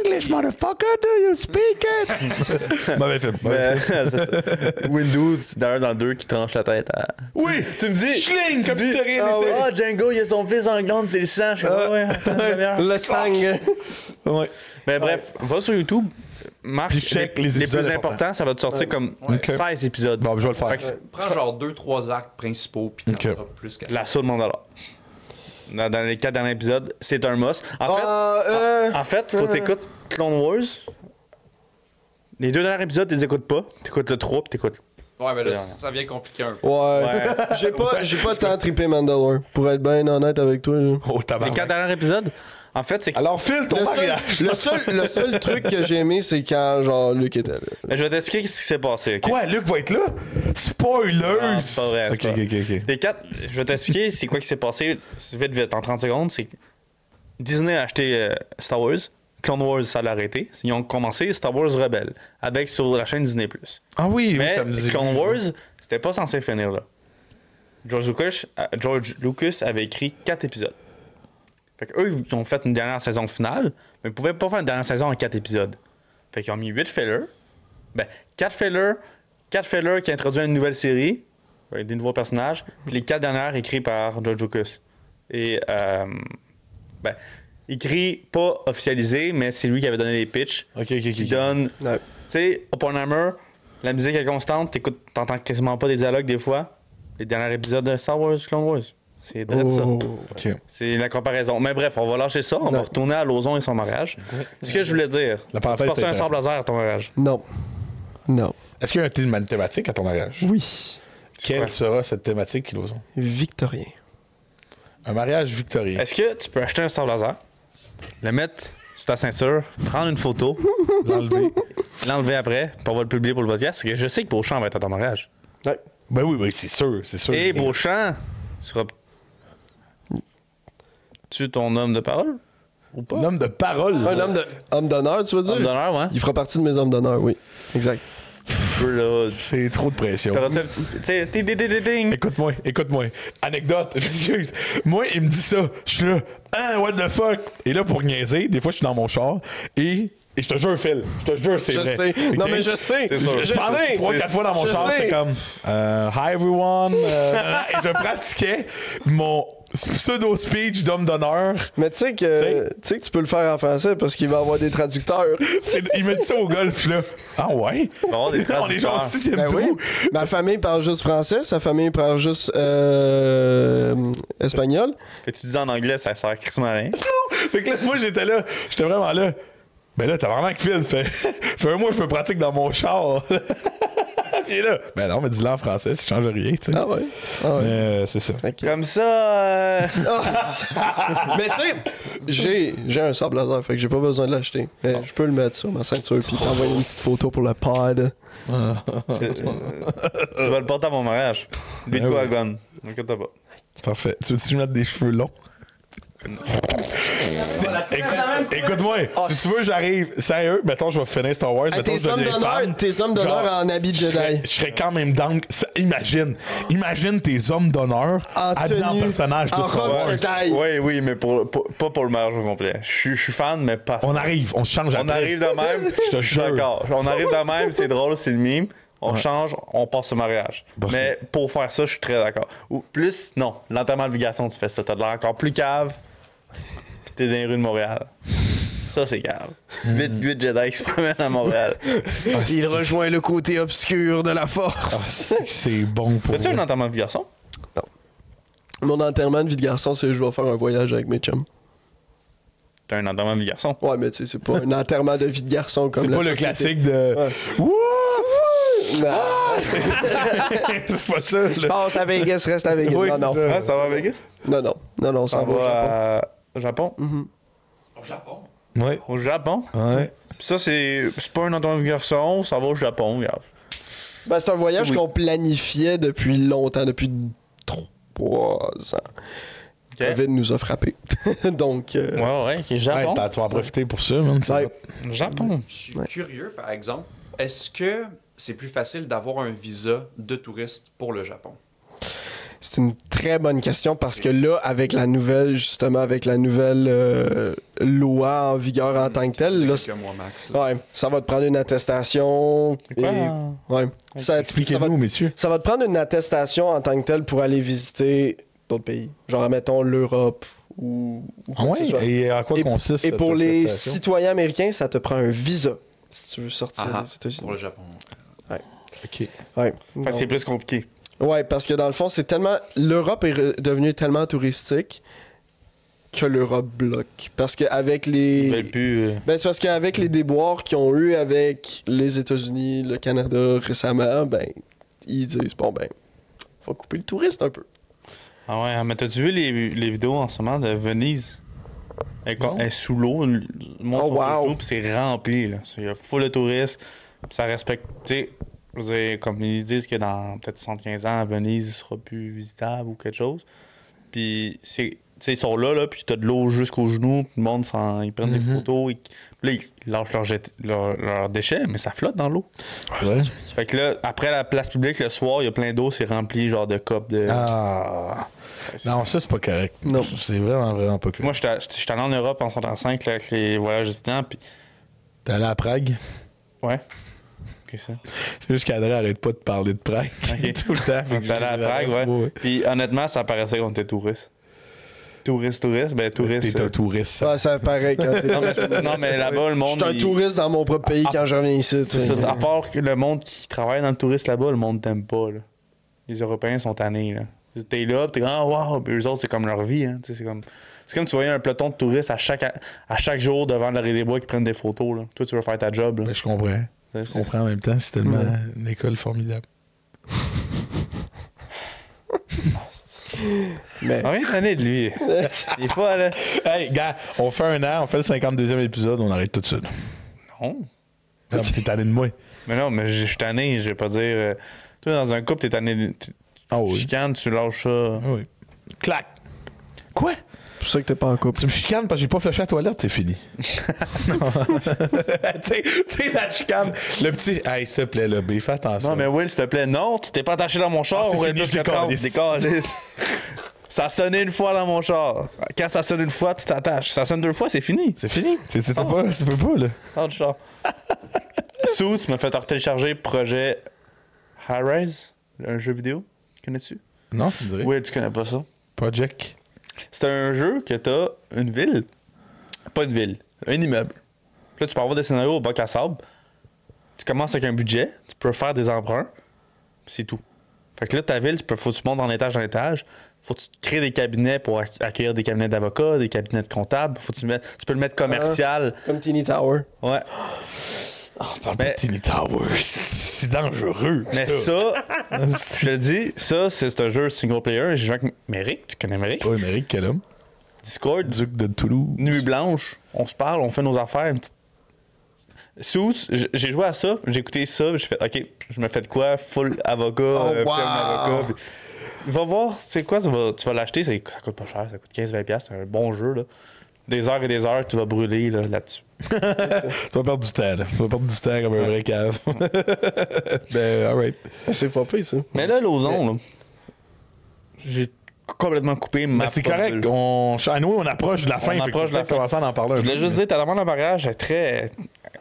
English motherfucker, do you speak it? mauvais film. mauvais
Ben,
film.
c'est ça. Windows, c'est d'ailleurs dans le 2 qui tranche la tête à.
Oui!
Tu me dis.
Schling,
tu me
comme si
dis,
de rien
ah
n'était.
ouais, Ah, Django, il a son fils en glande, c'est le sang. Je suis comme, ouais, attends une demi-heure.
Le sang.
Ouais.
Mais bref, va sur YouTube, marque
Puis check
les,
les
les
épisodes
plus importants, ça va te sortir comme
Ouais.
Ok.
16 épisodes.
Bon, je vais le faire.
Fait que c'est
Prends genre deux, trois arcs principaux, puis
Ok.
t'en auras plus qu'à
L'assaut de Mandalore. Dans, dans les 4 derniers épisodes, c'est un must. En fait,
Ah, euh,
En fait, faut t'écoutes Clone Wars. Les deux derniers épisodes, tu les écoutes pas. T'écoutes le 3 pis t'écoutes.
Ouais, mais là,
C'est
ça vient compliqué un peu.
Ouais.
Ouais.
J'ai pas, j'ai pas tant trippé Mandalore, pour être bien honnête avec toi. là.
Oh,
les 4
tabarnak.
derniers épisodes, en fait, c'est que.
Alors, Phil, ton
Le seul,
mariage.
le, seul, le seul truc que j'ai aimé, c'est quand genre Luke était là.
Mais Je vais t'expliquer ce qui s'est passé. ok?
Quoi, Luc va être là?
Non,
Spoilers!
Ah, c'est pas vrai,
Ok,
c'est pas
ok,
vrai.
ok. ok.
Les quatre, je vais t'expliquer c'est quoi qui s'est passé c'est vite, vite, en 30 secondes. C'est que Disney a acheté euh, Star Wars, Clone Wars, ça l'a arrêté. Ils ont commencé Star Wars Rebelle avec sur la chaîne Disney.
Ah oui, oui,
Mais
ça me dit.
Clone Wars, c'était pas censé finir là. George Lucas, euh, George Lucas avait écrit 4 épisodes. Fait que eux, ils ont fait une dernière saison finale, mais ils pouvaient pas faire une dernière saison en 4 épisodes. Fait qu'ils ont mis 8 fillers. Ben, 4 fillers, 4 fillers qui introduisent une nouvelle série, avec des nouveaux personnages, puis les 4 dernières écrites par George Lucas. Et, euh, ben, écrit pas officialisé, mais c'est lui qui avait donné les pitchs.
Ok, ok,
Qui
ok.
donne
Ouais.
tu sais, Oppenheimer, la musique est constante, t'écoutes, t'entends quasiment pas des dialogues des fois. Les derniers épisodes de Star Wars, Clone Wars. C'est vrai ça.
Ok.
C'est la comparaison. Mais bref, on va lâcher ça, on va
Ouais.
retourner à Lozon et son mariage. Ce que je voulais dire,
La
tu
parenthèse,
portais
c'est
un sable laser à ton mariage.
Non. Non.
Est-ce qu'il y a un thème mathématique à ton mariage?
Oui.
Quelle sera cette thématique, Kilozon?
Victorien.
Un mariage victorieux.
Est-ce que tu peux acheter un sable laser, le mettre sur ta ceinture, prendre une photo,
L'enlever.
l'enlever après, puis on va le publier pour le podcast? Parce que je sais que Beauchamp va être à ton mariage.
Ouais.
Ben oui, oui, c'est sûr, c'est sûr.
Et Beauchamp sera. Tu ton homme de parole? Ou pas?
Un homme de parole.
Un homme de- homme d'honneur, tu veux dire?
Homme d'honneur, ouais.
Il fera partie de mes hommes d'honneur, oui. Exact.
peu, là.
C'est trop de pression.
T'aurais-tu un petit. Tu sais, ding, ding, ding, ding.
Écoute-moi, écoute-moi. Anecdote, je m'excuse. Moi, il me dit ça. Je suis là, ah, what the fuck. Et là, pour niaiser, des fois, je suis dans mon char et, et je te jure, Phil, je te jure, c'est
Je
vrai.
sais. Non,
Ok?
mais je sais.
C'est sûr.
Je
Je
pense
sais.
trois, quatre fois dans mon
Je
char,
sais.
c'était comme euh, Hi everyone. euh, nanana. et je pratiquais mon pseudo speech d'homme d'honneur.
Mais tu sais
sais.
que, tu sais que tu peux le faire en français parce qu'il va avoir des traducteurs.
C'est- Il me dit ça au golf là. Ah ouais.
Bon, des
On est genre
traducteurs.
sixième
Ben
trou.
oui. Ma famille parle juste français, sa famille parle juste euh, espagnol.
Que tu dis en anglais, ça sert à Chris Marin.
Fait que là, moi, j'étais là, j'étais vraiment là. Ben là, t'as vraiment que Phil. Fait, fait un mois, je me pratique dans mon char. Puis là, ben non, mais dis-le en français, ça change rien, tu sais.
Ah ouais. Ah
Mais
ouais.
euh, c'est ça.
Comme ça. euh,
Oh.
Ah, mais tu sais, j'ai, j'ai un sable laser, fait que j'ai pas besoin de l'acheter. Mais je peux le mettre sur ma ceinture puis t'envoyer une petite photo pour le pod.
tu vas le porter à mon mariage. Lui de
Ben
quoi,
oui.
Gon? Inquiète-toi pas.
Parfait. Tu veux-tu que je mette des cheveux longs? Si- écoute- Écoute-moi, si tu veux, j'arrive. Sérieux, mettons, je vais finir Star Wars.
Ah. Hey,
mettons,
tes
je
hommes
deviens fan.
d'honneur, tes hommes d'honneur
Genre,
en habit de
Je serais,
Jedi.
je serais quand même dingue. Imagine, imagine tes hommes d'honneur
En
habillés en
tenue,
personnage de
en
Star
robe
Wars.
Jedi.
Oui, oui, mais pour, pour- pas pour le mariage au complet. Je suis- je suis fan, mais pas.
On arrive, on se change
On
après.
arrive de même.
Je te
Je suis
jure.
d'accord. On arrive de même, c'est drôle, c'est le mime. On change, on passe au mariage. Mais pour faire ça, je suis très d'accord. Ou plus, non, l'enterrement de Vigasson, tu fais ça. T'as de l'air encore plus cave. Pis t'es dans les rues de Montréal. Ça, c'est cave. 8, Jedi qui se promènent à Montréal.
Il rejoint le côté obscur de la force.
C'est bon pour.
T'as-tu un enterrement de Vigasson?
Mon enterrement de vie de garçon, c'est que je vais faire un voyage avec mes chums.
T'as un enterrement de vie de garçon.
Ouais, mais tu sais, c'est pas un enterrement de vie de garçon comme
C'est
la
pas le
société.
classique de. Wouh!
Non.
c'est pas ça.
Je
là.
passe à Vegas, reste à Vegas.
Oui,
non, non. Ah,
c'est
Ah, ça va à Vegas?
non, non. Non, non, ça
Ça
va. au Japon.
va à Japon.
Au Japon.
Ouais.
Au Japon?
Ouais.
Ça, c'est c'est pas un enterrement de garçon, ça va au Japon, regarde.
Ben, c'est un voyage
Oui.
qu'on planifiait depuis longtemps, depuis trois ans.
Ok.
La COVID nous a frappés. Donc, euh, ben,
Ouais, ouais, qui est Japon.
Ouais, t'as- tu vas en profiter pour ça, man. ça.
ouais.
Japon.
Je suis curieux, par exemple. Est-ce que c'est plus facile d'avoir un visa de touriste pour le Japon?
c'est une très bonne question parce que là, avec la nouvelle, justement, avec la nouvelle euh, loi en vigueur en tant que telle, là,
Quelques mois max. là.
Ouais, ça va te prendre une attestation. et-
quoi,
ouais.
hein?
Ça, ça, va,
Expliquez-nous, messieurs.
ça va te prendre une attestation en tant que telle pour aller visiter d'autres pays. Genre, mettons l'Europe ou, ou
Ah
quoi que
ouais?
ce soit.
Et à quoi consiste
Et
cette
pour les
association?
citoyens américains, ça te prend un visa si tu veux sortir
Ah,
des
ah, pour
États-Unis.
le Japon.
Ok.
Ouais.
Fait que c'est
Donc-
plus compliqué.
ouais, parce que dans le fond, c'est tellement. L'Europe est re- devenue tellement touristique que l'Europe bloque. Parce qu'avec
Ils
les.
veulent plus. euh,
Ben, c'est parce qu'avec les déboires qu'ils ont eu avec les États-Unis, le Canada récemment, ben, ils disent, bon, ben, faut couper le touriste un peu.
Ah ouais, mais t'as-tu vu les, les vidéos en ce moment de Venise? Elle, est co- elle est sous l'eau, le monde
Oh,
sur
wow.
pis c'est rempli. là. C'est- Il y a full de touristes, pis ça respecte. Tu sais, je veux dire, comme ils disent que dans peut-être 75 ans, Venise sera plus visitable ou quelque chose. Puis c'est. tu sais, ils sont là, là, puis t'as de l'eau jusqu'aux genoux, puis le monde, s'en- ils prennent des
Mhm.
photos, ils- là, ils lâchent leurs jet- leurs- leurs déchets, mais ça flotte dans l'eau.
Ouais.
Fait que là, après la place publique, le soir, il y a plein d'eau, c'est rempli, genre de copes de...
Ah. Non, ça, c'est pas correct.
Non.
C'est vraiment, vraiment pas
Puis
correct.
Moi, j'étais j'étais allé en Europe en 65 là, avec les voyages étudiants, puis...
T'es allé à Prague?
Ouais. Ok, ça.
C'est juste qu'Adré arrête pas de parler de Prague.
Ok.
Tout le temps.
On est allé à Prague, ouais. Puis honnêtement, ça paraissait qu'on était touristes. Touriste, touriste, ben touriste.
T'es
euh,
un touriste. ça.
Ça, Ben, ça paraît quand t'es.
Non, mais, non, mais là-bas, le
Je
monde...
suis un
il-
touriste dans mon propre pays
Ah,
quand je reviens ici. tu
C'est
sais.
ça, à part que le monde qui travaille dans le tourisme là-bas, le monde t'aime pas, là. Les Européens sont tannés, là. T'es là, pis t'es comme, ah, wow, puis eux autres, c'est comme leur vie, hein. Tu sais, C'est comme, c'est comme tu voyais un peloton de touristes à chaque, à chaque jour devant l'arrêt des bois qui prennent des photos, là. Toi, tu veux faire ta job, là.
Ben, je comprends.
C'est-
Je
c'est-
comprends en même temps. C'est tellement une école formidable.
Mais
Ah, rien tanné de lui. Il est pas, là.
Hey, gars, on fait un an, on fait le 52e épisode, on arrête tout de suite.
Non.
Non, mais Ah, T'es tanné de moi.
Mais non, mais je je suis tanné, je vais pas dire. euh, toi, dans un couple, t'es tanné. de- Tu
Ah oui.
chicanes, tu lâches ça.
Ah oui. Clac. Quoi?
c'est pour ça que t'es pas en couple.
Tu me chicanes parce que j'ai pas flashé à la toilette, c'est fini. Non. tu sais- tu sais, la chicane. Le petit. Hey, s'il te plaît, là, B, fais attention.
Non, mais Will, s'il te plaît, non, tu t'es pas attaché dans mon char.
Ah, c'est
on aurait
fini,
plus
je
que 30,
décalisse.
décalisse. ça a sonné une fois dans mon char. Quand ça sonne une fois, tu t'attaches. Ça sonne deux fois, c'est fini.
C'est fini. Ah. C'est- c'est pas- Tu peux pas, là.
Sors du char. Sous, tu m'as fait télécharger projet High-Rise, un jeu vidéo. Connais-tu?
Non, tu me dirais.
Will, tu connais pas ça?
Project.
C'est un jeu que t'as une ville. Pas une ville, un immeuble. Puis Là, tu peux avoir des scénarios au bac à sable. Tu commences avec un budget, tu peux faire des emprunts, puis c'est tout. Fait que là, ta ville, tu peux, faut que tu montes en étage en étage. Faut que tu crées des cabinets pour ac- accueillir des cabinets d'avocats, des cabinets de comptables. Faut que tu, le mettes- tu peux le mettre commercial.
Comme Teeny Tower.
Ouais.
Ah, On parle
Mais-
de Tiny Towers. C'est dangereux.
Mais ça, je te le dis, ça, c'est c'est un jeu single player. J'ai joué avec Merrick, tu connais Merrick?
Pas Émeric, quel homme.
Discord,
Duc de Toulouse.
Nuit blanche, on se parle, on fait nos affaires. Une petite... Sous, j- j'ai joué à ça, j'ai écouté ça, j'ai fait, ok, je me fais de quoi, full avocat,
Oh,
euh,
wow.
firme d'avocat, puis- Va voir, c'est quoi, tu vas, tu vas l'acheter, c'est- ça coûte pas cher, ça coûte 15-20$, c'est un bon jeu, là. Des heures et des heures, tu vas brûler là, là-dessus.
Tu vas perdre du temps, là. Tu vas perdre du temps comme un vrai cave. ben, alright.
C'est pas pire, ça.
Mais là, l'ozon, là, j'ai complètement coupé ma
Mais c'est
propre
correct.
bulle.
On... à nous, on approche de la fin.
approche de la fin.
commencer à en parler un
Je voulais
peu.
juste dire, ta demande en mariage est très.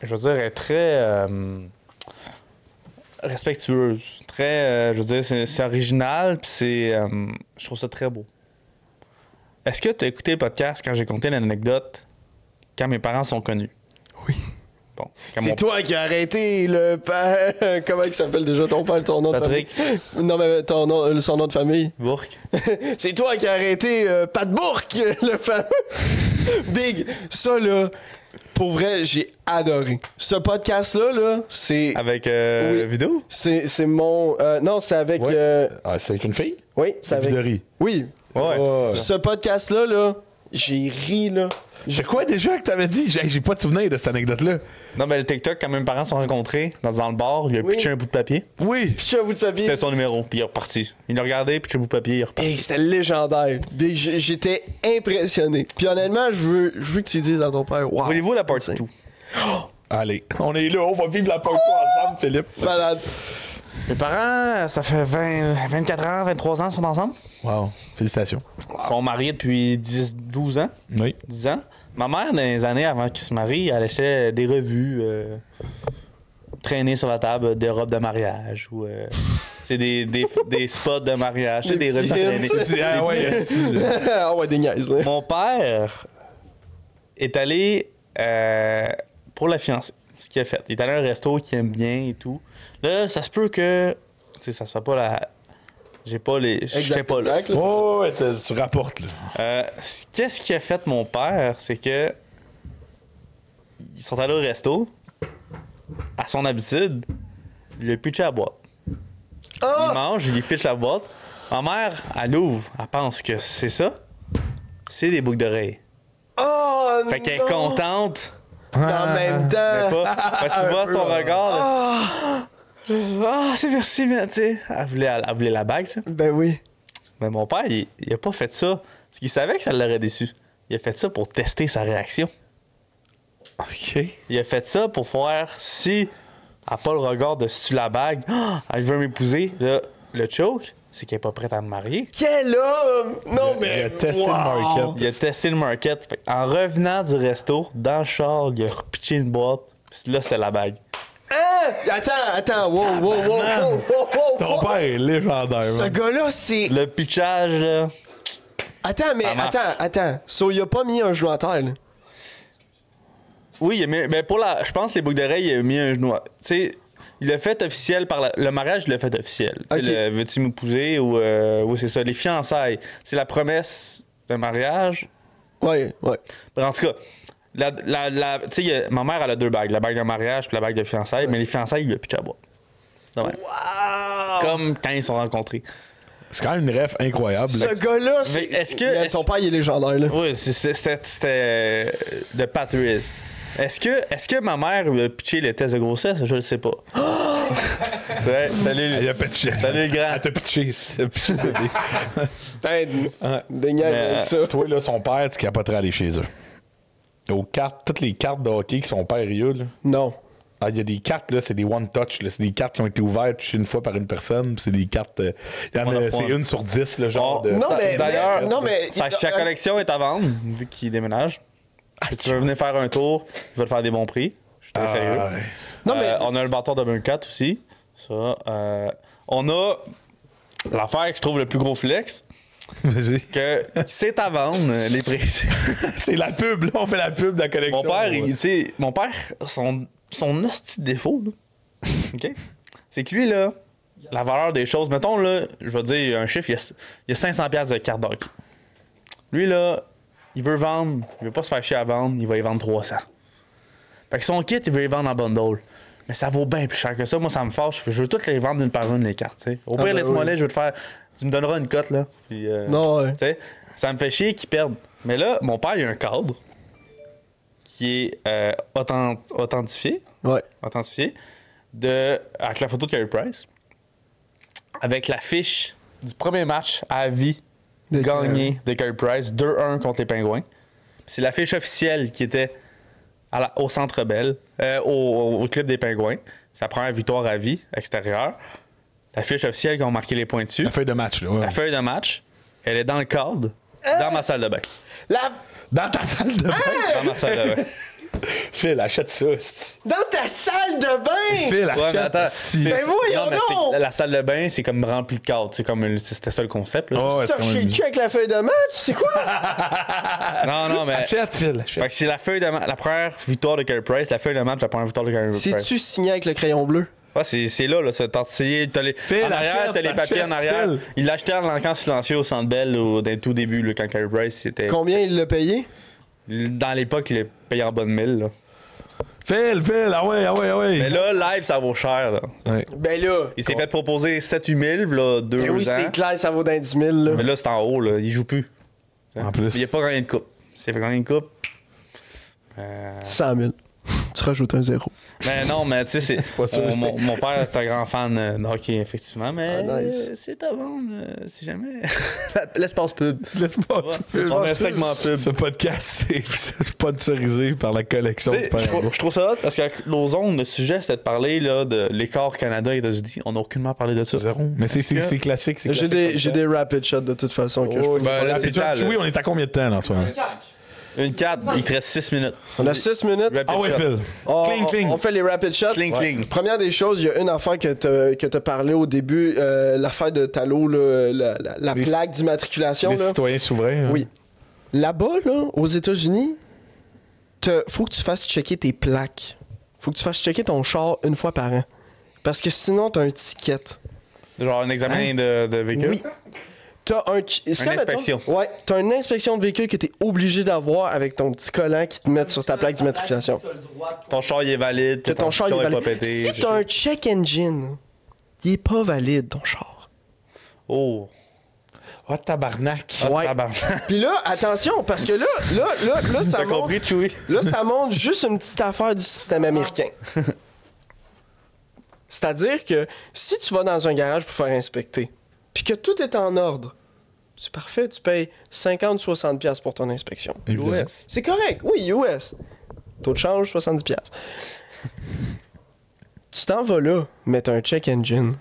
Je veux dire, elle est très. euh, respectueuse. Très. euh, je veux dire, c'est c'est original, puis c'est. euh, je trouve ça très beau. Est-ce que tu as écouté le podcast quand j'ai conté l'anecdote quand mes parents sont connus?
Oui.
Bon. Quand mon-
C'est toi qui as arrêté le père. Comment il s'appelle déjà ton père, ton nom
Patrick.
de famille? Non, mais ton nom, euh, son nom de famille.
Bourque.
C'est toi qui as arrêté euh, Pat Bourque, le fameux. Big, ça là, pour vrai, j'ai adoré. Ce podcast-là, là, c'est.
Avec euh,
Oui.
vidéo?
C'est c'est mon. euh, non, c'est avec.
Ouais.
euh,
Ah, c'est avec une fille?
oui, c'est avec.
Vidori.
Oui.
Ouais.
Ouais.
Ce podcast-là, là, j'ai ri, là.
C'est quoi déjà que t'avais dit? J'ai j'ai pas de souvenir de cette anecdote-là.
Non, mais le TikTok, quand mes parents se sont rencontrés dans, dans le bar, il a
Oui.
pitché un bout de papier.
Oui.
Puis un bout de papier.
C'était son numéro, puis il est reparti. Il l'a regardé, pitché un bout de papier, il est reparti.
Hey, c'était légendaire. Big, j'- J'étais impressionné. Puis honnêtement, je veux, je veux que tu dises à ton père, wow.
Voulez-vous la partie 2?
Allez, on est là, on va vivre la partie ensemble, Philippe.
Malade.
Mes parents, ça fait 20, 24 ans, 23 ans, sont ensemble.
Wow. Félicitations.
Ils sont mariés depuis 10, 12 ans.
Oui.
10 ans. Ma mère, dans les années avant qu'ils se marient, elle laissait des revues euh, traîner sur la table des robes de mariage ou euh, c'est des, des, des spots de mariage, c'est
Des
des revues
petits hints.
traînées. Des
Ah
petits-
ouais,
euh,
ah ouais, des niaises. hein.
Mon père est allé euh, pour la fiancée, ce qu'il a fait. Il est allé à un resto qu'il aime bien et tout. Là, ça se peut que. Tu sais, ça se fait pas la. J'ai pas les. J'étais
Exact,
pas là.
exact, là.
Oh, ouais, t'as- tu rapportes, là.
Euh, c- Qu'est-ce qu'a fait mon père, c'est que ils sont allés au resto, à son habitude, il a pitché la boîte.
Ah!
Il mange, il lui pitche la boîte. Ma mère, elle ouvre, elle pense que c'est ça. C'est des boucles d'oreilles.
Oh,
Fait qu'elle est
non.
contente,
Mais en même
Ah. mais
temps.
pas. Fait que tu vois son regard. là. Ah, c'est merci, mais tu sais. Elle voulait, elle voulait la bague, tu sais.
Ben oui.
Mais mon père, il, il a pas fait ça. Parce qu'il savait que ça l'aurait déçu. Il a fait ça pour tester sa réaction.
OK.
Il a fait ça pour faire si elle pas le regard de si tu la bague, Ah, elle veut m'épouser. Là, le choke, c'est qu'elle est pas prête à me marier.
Quel homme! Non,
Il
mais.
a testé le
wow.
market.
Il a testé le market. Fait que en revenant du resto, dans le char, il a repitché une boîte. Puis là, c'est la bague.
Hein? Attends, attends, wow, wow, wow, wow, wow, wow,
Ton
wow.
père est légendaire,
Ce
man.
gars-là, c'est.
Le pitchage, là.
Attends, mais
Ça marche.
attends, attends. So, il a pas mis un genou en terre, là.
Oui, il a mis- mais pour la. Je pense que les boucles d'oreilles, il a mis un genou. à- Tu sais, il l'a fait officiel par la- le mariage, il l'a fait officiel. Tu sais,
Ok.
le Veux-tu m'épouser ou. euh, Oui, c'est ça, les fiançailles. C'est la promesse d'un mariage.
Ouais, ouais.
Mais En tout cas, la, la, la- tu sais, il y a- ma mère, elle a deux bagues. La bague de mariage puis la bague de fiançailles. Mais les fiançailles, il a pitché à bois. De même. Comme quand ils se sont rencontrés.
C'est quand même une ref incroyable.
Ce gars-là, c'est.
Mais est-ce que-
Mais Ton
est-ce-
père, il est légendaire, là.
Oui, c'est- c'est- c'était c'était, euh, le Patrice. Est-ce que, est que ma mère lui a pitché le test de grossesse? Je le sais pas. Ouais, salut.
Ah, Il a pitché.
Salut, le grand.
Elle t'a pitché. c'est- Ah, t'as pitché le bébé.
Putain, des niaises
Mais,
avec ça.
Toi, là, son père, tu capoterais aller chez eux. Aux cartes, toutes les cartes de hockey qui sont père et eux, là.
euh,
Non.
Ah, il y a des cartes, là, c'est des one touch, là. C'est des cartes qui ont été ouvertes une fois par une personne. puis C'est des cartes. euh, il y en a-
One of
c'est
one.
une sur dix, le genre
Oh,
de.
Non,
d'a-
mais-
D'ailleurs,
mais- non, mais- euh,
sa, sa collection est à vendre, vu qu'il déménage.
Ah,
Si tu veux venir faire un tour, ils veulent faire des bons prix. Je suis très
Ah,
sérieux.
ouais.
Non,
Euh,
mais-
on a le bâton de 2004 aussi. Ça, euh, on a l'affaire que je trouve le plus gros flex,
Vas-y.
que c'est à vendre, les prix.
c'est la pub, là. On fait la pub de la collection.
Mon père,
Ouais.
il- tu sais, mon père, son, son hostie de défaut, là, OK? C'est que lui, là, la valeur des choses, mettons, là, je vais te dire un chiffre, il y a, il y a 500 pièces de carte d'hockey. Lui, là, il veut vendre, il veut pas se faire chier à vendre, il va y vendre 300. Fait que son kit, il veut les vendre en bundle. Mais ça vaut bien plus cher que ça. Moi, ça me fâche. Je veux toutes les vendre une par une, les cartes, tu sais. Au pire,
ben
laisse-moi
oui.
les, je veux te faire... Tu me donneras une cote, là. puis, euh,
Non, ouais.
tu sais, ça me fait chier qu'ils perdent. Mais là, mon père, il a un cadre qui est euh, authent- authentifié,
Ouais.
authentifié de, avec la photo de Carey Price, avec la fiche du premier match à vie
De
gagné de Carey Price, 2-1 contre les Pingouins. C'est la fiche officielle qui était à la- au Centre Bell, euh, au, au club des Pingouins. Sa première victoire à vie extérieure. La fiche officielle qui ont marqué les points dessus.
La feuille de match, là. ouais.
La feuille de match, elle est dans le cadre, dans ma salle de bain.
La...
Dans ta salle de bain.
Dans ma salle de bain.
Phil, achète ça. c'est-
Dans ta salle de bain!
Phil,
Ouais, mais
achète.
attends.
c'est-
c'est-
Ouais,
Ah, Ben voyons
non, mais c'est-
donc!
la- La salle de bain, c'est comme rempli de cadres. C'est comme une- c'était ça le concept. là.
ouais, c'est quand
Torcher
même-
le cul avec la feuille de match, c'est quoi?
Non, non,
Ah,
mais.
Achète, Phil. Achète.
Fait que c'est la feuille de ma- la première victoire de Carey Price, la feuille de match, la première victoire de Carey Price.
C'est-tu signé avec le crayon bleu?
Ouais, c'est, c'est là, là, c'est tortillé. T'as les, en arrière,
achète,
t'as les papiers en
achète,
arrière.
Phil.
Il l'achetait en l'encan silencieux au centre Bell au, dès le tout début, là, quand Carey Price, c'était.
Combien il l'a payé?
Dans l'époque, il est payé en bonne mille. Là.
Phil, Phil, ah ouais, ah ouais, ah ouais.
Mais là, live, ça vaut cher. Là.
Ouais.
Ben là.
Il s'est fait proposer 7-8 000, là, deux
Ben oui,
ans.
c'est clair, ça vaut dans 10 000. Là.
Mais là, c'est en haut, là. il joue plus.
En plus.
Il a pas gagné de coupe. Il s'est fait gagner une coupe. Euh,
100 000. Tu rajoutes un zéro.
Mais non, mais tu sais, c'est-
Pas sûr,
mon-
je-
mon, mon père est un grand fan euh, de hockey, effectivement, mais
Ah, nice.
euh, c'est à vendre, euh, si jamais. L'espace pub.
Ah,
Laisse-moi
Ouais,
du
c'est
Phil.
mon segment pub.
Ce podcast, c'est c'est sponsorisé par la collection
Tu
de
sais, Je trouve- je trouve ça hot parce qu'avec l'ozone, le sujet c'était de parler là, de l'écart Canada-États-Unis. On n'a aucunement parlé de ça.
Zéro. Mais c'est- c'est
Parce que-
c'est classique. c'est
J'ai
classique
des,
comme
j'ai
ça. Oh,
des rapid shots de toute façon. que je peux-
ben,
Voilà,
là,
c'est
c'est
ça.
le-
Oui, on est à combien de temps là, en ce moment?
Une 4, il te reste 6 minutes.
On a 6 minutes.
Rapid
Ah ouais,
shot.
Phil.
On,
Cling,
on-
cling.
on fait les rapid shots.
Cling, cling.
Première des choses, il y a une affaire que t'as que t'as parlé au début, euh, l'affaire de Talo, là, la, la- la
Les-
plaque d'immatriculation.
Les
là.
citoyens souverains. hein.
Oui. Là-bas, là, aux États-Unis, te- faut que tu fasses checker tes plaques. Faut que tu fasses checker ton char une fois par an. Parce que sinon, t'as un ticket.
Genre un examen de, de véhicule.
Hein? Oui. T'as un... qui- si, admettons-
inspection.
ouais, t'as une inspection de véhicule que t'es obligé d'avoir avec ton petit collant qui te met sur ta plaque d'immatriculation.
Ton char il est valide.
Que ton char il est
pas
valide.
pété.
Si
je-
t'as un check engine, il est pas valide ton char.
Oh.
Ah, tabarnak.
Ah,
Ouais.
tabarnak.
Puis là, attention, parce que là, là, là, là, ça
T'as
montre,
compris, Chewie?
là, ça montre juste une petite affaire du système américain. C'est-à-dire que si tu vas dans un garage pour faire inspecter, puis que tout est en ordre, c'est parfait, tu payes 50-60$ piastres pour ton inspection.
Évidemment.
C'est correct, oui, US. Taux de change, 70$. piastres. tu t'en vas là, mais t'as un check engine.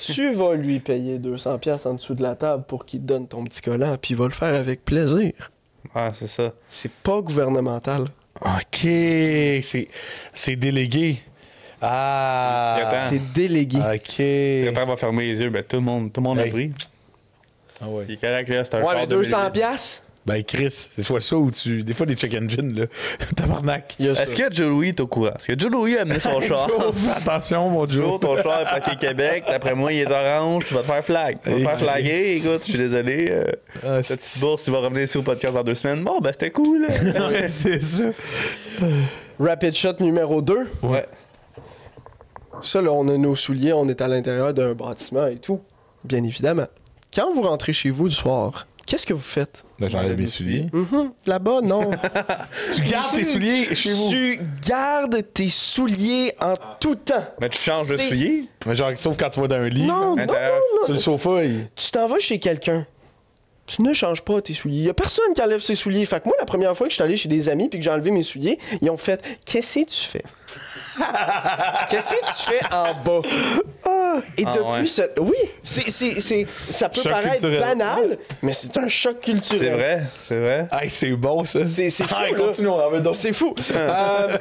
Tu vas lui payer 200$ piastres en dessous de la table pour qu'il te donne ton petit collant, puis il va le faire avec plaisir.
Ah, c'est ça.
C'est pas gouvernemental.
OK. C'est c'est délégué. Ah.
C'est
C'est délégué.
OK.
Le secrétaire va fermer les yeux, ben tout le monde, tout le monde a
Hey.
pris.
Ah ouais.
Il est correct, là, c'est un
ouais,
char
mais
de
200$,
mille-
piastres,
Ben, Chris, c'est soit ça ou tu. Des fois, des check engines, là. Tabarnak.
il y a ça.
Est-ce que Joe Louis est au courant? Est-ce que Joe Louis a amené son char?
Joe, fais attention, mon
Joe,
Joe.
ton char est plaqué Québec. D'après moi, il est orange. Tu vas te faire flag. Tu vas te faire flaguer. Écoute, je suis désolé. euh,
Ah,
ta petite bourse, il va revenir ici au podcast dans deux semaines. Bon, ben, c'était cool. là.
Ouais, c'est ça.
Rapid shot numéro 2.
Ouais.
Ça, là, on a nos souliers, on est à l'intérieur d'un bâtiment et tout. Bien évidemment. Quand vous rentrez chez vous le soir, qu'est-ce que vous faites?
Ben, j'enlève mes souliers.
Mhm, Là-bas, non.
Tu gardes tes souliers chez vous.
Tu gardes tes souliers en tout temps.
Mais tu changes de
C'est-
souliers.
Mais genre, sauf quand tu vas dans un lit.
Non, non, non,
Intérieur.
non.
Sur le sofa, il.
Tu t'en vas chez quelqu'un. Tu ne changes pas tes souliers. Il a personne qui enlève ses souliers. Fait que moi, la première fois que je suis allé chez des amis puis que j'ai enlevé mes souliers, ils ont fait Qu'est-ce que tu fais Qu'est-ce que tu fais en bas Et
Ah,
depuis
ouais.
cette. Oui, c'est, c'est, c'est- ça peut
Choc
paraître
culturel.
banal, mais c'est un choc culturel.
C'est vrai, c'est vrai.
Hey, c'est bon, ça.
C'est- c'est fou,
Hey,
là.
Ah, continue, on en veut d'autres. Ah.
C'est fou. Euh,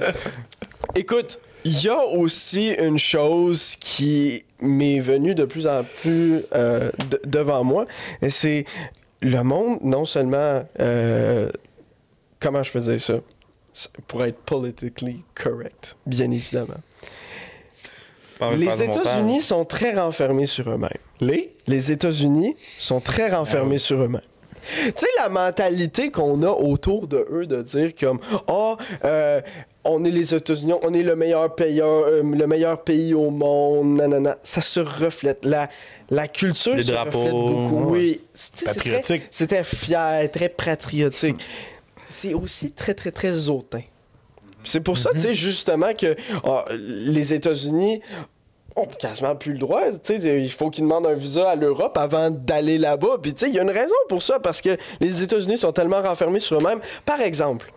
écoute, il y a aussi une chose qui m'est venue de plus en plus euh, de- devant moi, et c'est le monde, non seulement... euh, comment je peux dire ça? C'est- Pour être politically correct, bien évidemment.
Pas envie de faire
Les
du montage.
États-Unis sont très renfermés sur eux-mêmes.
Les?
Les États-Unis sont très
Ah
renfermés sur eux-mêmes. Tu sais, la mentalité qu'on a autour de eux de dire comme Ah, euh, on est les États-Unis, on est le meilleur, payeur, euh, le meilleur pays au monde, nanana. Ça se reflète. La, la culture
Les
se
drapeaux,
reflète beaucoup.
ouais.
Oui. C'est- tu sais, c'est très-
Patriotique.
C'était fier, très patriotique. C'est aussi très, très, très hautain. C'est pour ça, tu sais, justement, que ah, les États-Unis ont quasiment plus le droit. Tu sais, il faut qu'ils demandent un visa à l'Europe avant d'aller là-bas. Puis, tu sais, il y a une raison pour ça, parce que les États-Unis sont tellement renfermés sur eux-mêmes. Par exemple,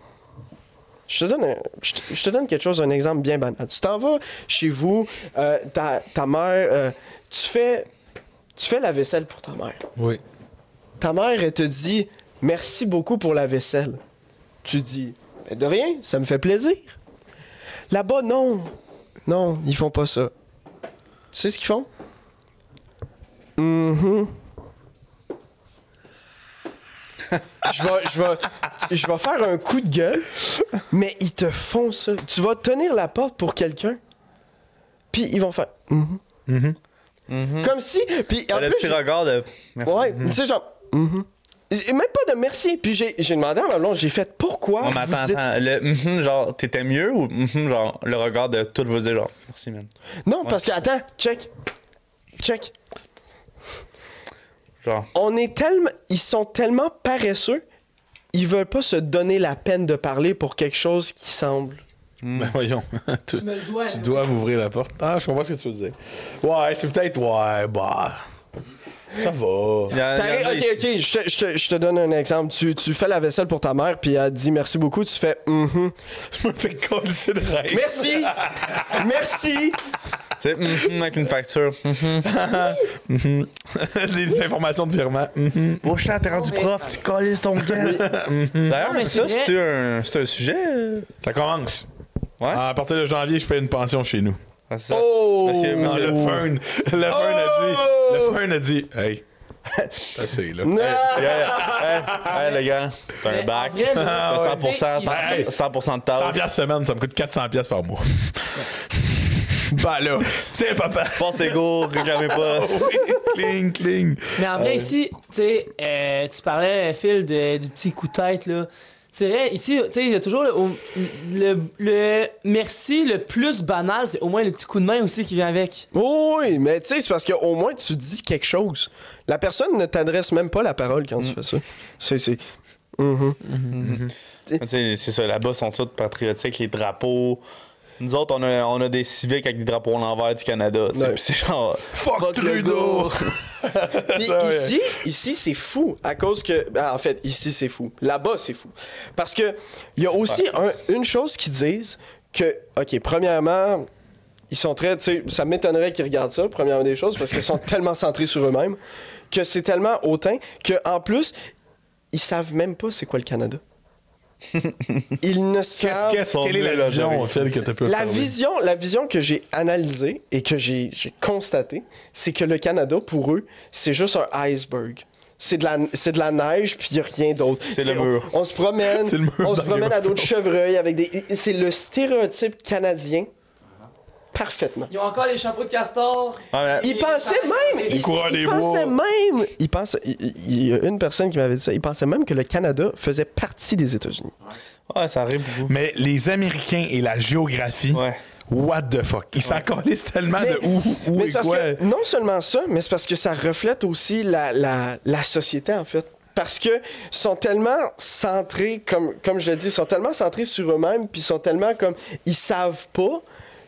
je te, donne un- je, te, je te donne quelque chose, un exemple bien banal. Tu t'en vas chez vous, euh, ta, ta mère, euh, tu, fais, tu fais la vaisselle pour ta mère.
Oui.
Ta mère, elle te dit merci beaucoup pour la vaisselle. Tu dis Ben, de rien, ça me fait plaisir. Là-bas, non. Non, ils font pas ça. Tu sais ce qu'ils font? Mhm. je, vais, je, vais, je vais faire un coup de gueule, mais ils te font ça. Tu vas tenir la porte pour quelqu'un, puis ils vont faire. Mhm.
Mhm.
Comme si. Puis en
Le
plus,
petit regard de. Merci.
Ouais, tu sais, genre. mhm. Et même pas de merci. Puis j'ai j'ai demandé à ma blonde, j'ai fait pourquoi.
On
vous
m'attend,
dites-
attends, le mhm, genre, t'étais mieux ou mhm, genre, le regard de tout vous dire, genre, merci, man.
Non, parce que, attends, check. Check.
Genre,
On est tellement. Ils sont tellement paresseux, ils veulent pas se donner la peine de parler pour quelque chose qui semble.
Ben voyons. tu,
Tu me le dois.
tu
là.
dois m'ouvrir la porte. Ah, je comprends ce que tu veux dire. Ouais, c'est peut-être. Ouais, bah. Ça va.
y a- y en
T'arrives-
a
Ok,
ici-
ok, je te, je te- je te donne un exemple. Tu, tu fais la vaisselle pour ta mère, puis elle te dit merci beaucoup, tu fais mhm.
Je me fais coller de rêve.
Merci! merci!
Tu sais, mhm, avec une facture.
Des informations de virement. Mm-hmm.
Oh, je t'ai rendu prof, tu colles ton gars. Mm-hmm. D'ailleurs,
mais
ça,
c'est
c'est un, c'est un sujet. euh,
Ça commence.
Ouais.
À partir de janvier, je paye une pension chez nous.
Ah, c'est ça.
Oh!
Monsieur-
Non,
monsieur-
le fern. Le fern a dit. Le fern a dit. Hey. Assez, là.
Non!
Hey, les gars, t'as
Mais
un
en
bac,
vrai, là,
Ah
t'as 100%,
tu sais,
il-
t'as 100% de
100
tâche.
piastres semaine, ça me coûte 400 piastres par mois. bah là, tu sais, papa.
Pensez go, réclamez pas.
cling, cling.
Mais en vrai, ici, tu sais, euh, tu parlais, Phil, de- du petit coup de tête, là. C'est vrai, ici, tu sais, il y a toujours le, au- le, le merci le plus banal, c'est au moins le petit coup de main aussi qui vient avec.
Oui, mais tu sais, c'est parce qu'au moins tu dis quelque chose. La personne ne t'adresse même pas la parole quand tu fais ça. C'est. c'est- Mhm.
Tu sais, c'est ça, là-bas, sont tous patriotiques, les drapeaux. Nous autres, on a, on a des civiques avec des drapeaux en l'envers du Canada. tu sais,
Ouais.
pis c'est genre.
Fuck,
Fuck le
Trudeau!
Puis
Ah ouais.
ici, ici c'est fou à cause que ben, en fait ici c'est fou. Là-bas c'est fou parce que il y a aussi un- une chose qu'ils disent que ok premièrement ils sont très tu sais ça m'étonnerait qu'ils regardent ça premièrement des choses parce qu'ils sont tellement centrés sur eux-mêmes que c'est tellement hautain que en plus ils savent même pas c'est quoi le Canada. ils ne savent
Qu'est-ce, qu'est-ce, quelle est la
formule,
vision,
là,
Phil, que tu peux
la
faire?
vision, la vision que j'ai analysée et que j'ai j'ai constatée, c'est que le Canada, pour eux, c'est juste un iceberg. C'est de, la, c'est de la neige, puis il n'y a rien d'autre.
C'est le mur.
On, on se promène,
C'est le mur
on se
dans
promène
les
à d'autres chevreuils avec des. C'est le stéréotype canadien parfaitement.
Ils ont encore les chapeaux de castor.
Ouais, mais-
Ils pensaient même. Ils,
coureurs des
ils pensaient
bois.
même. Ils pensaient, il, il- il y a une personne qui m'avait dit ça. Ils pensaient même que le Canada faisait partie des États-Unis.
ouais, ça arrive beaucoup.
Mais les Américains et la géographie,
Ouais.
what the fuck? Ils s'en calissent tellement
Mais-
de où, où
Mais
et
c'est parce
quoi.
que non seulement ça, mais c'est parce que ça reflète aussi la, la, la société, en fait. Parce que sont tellement centrés, comme, comme je l'ai dit, sont tellement centrés sur eux-mêmes, puis sont tellement comme. Ils savent pas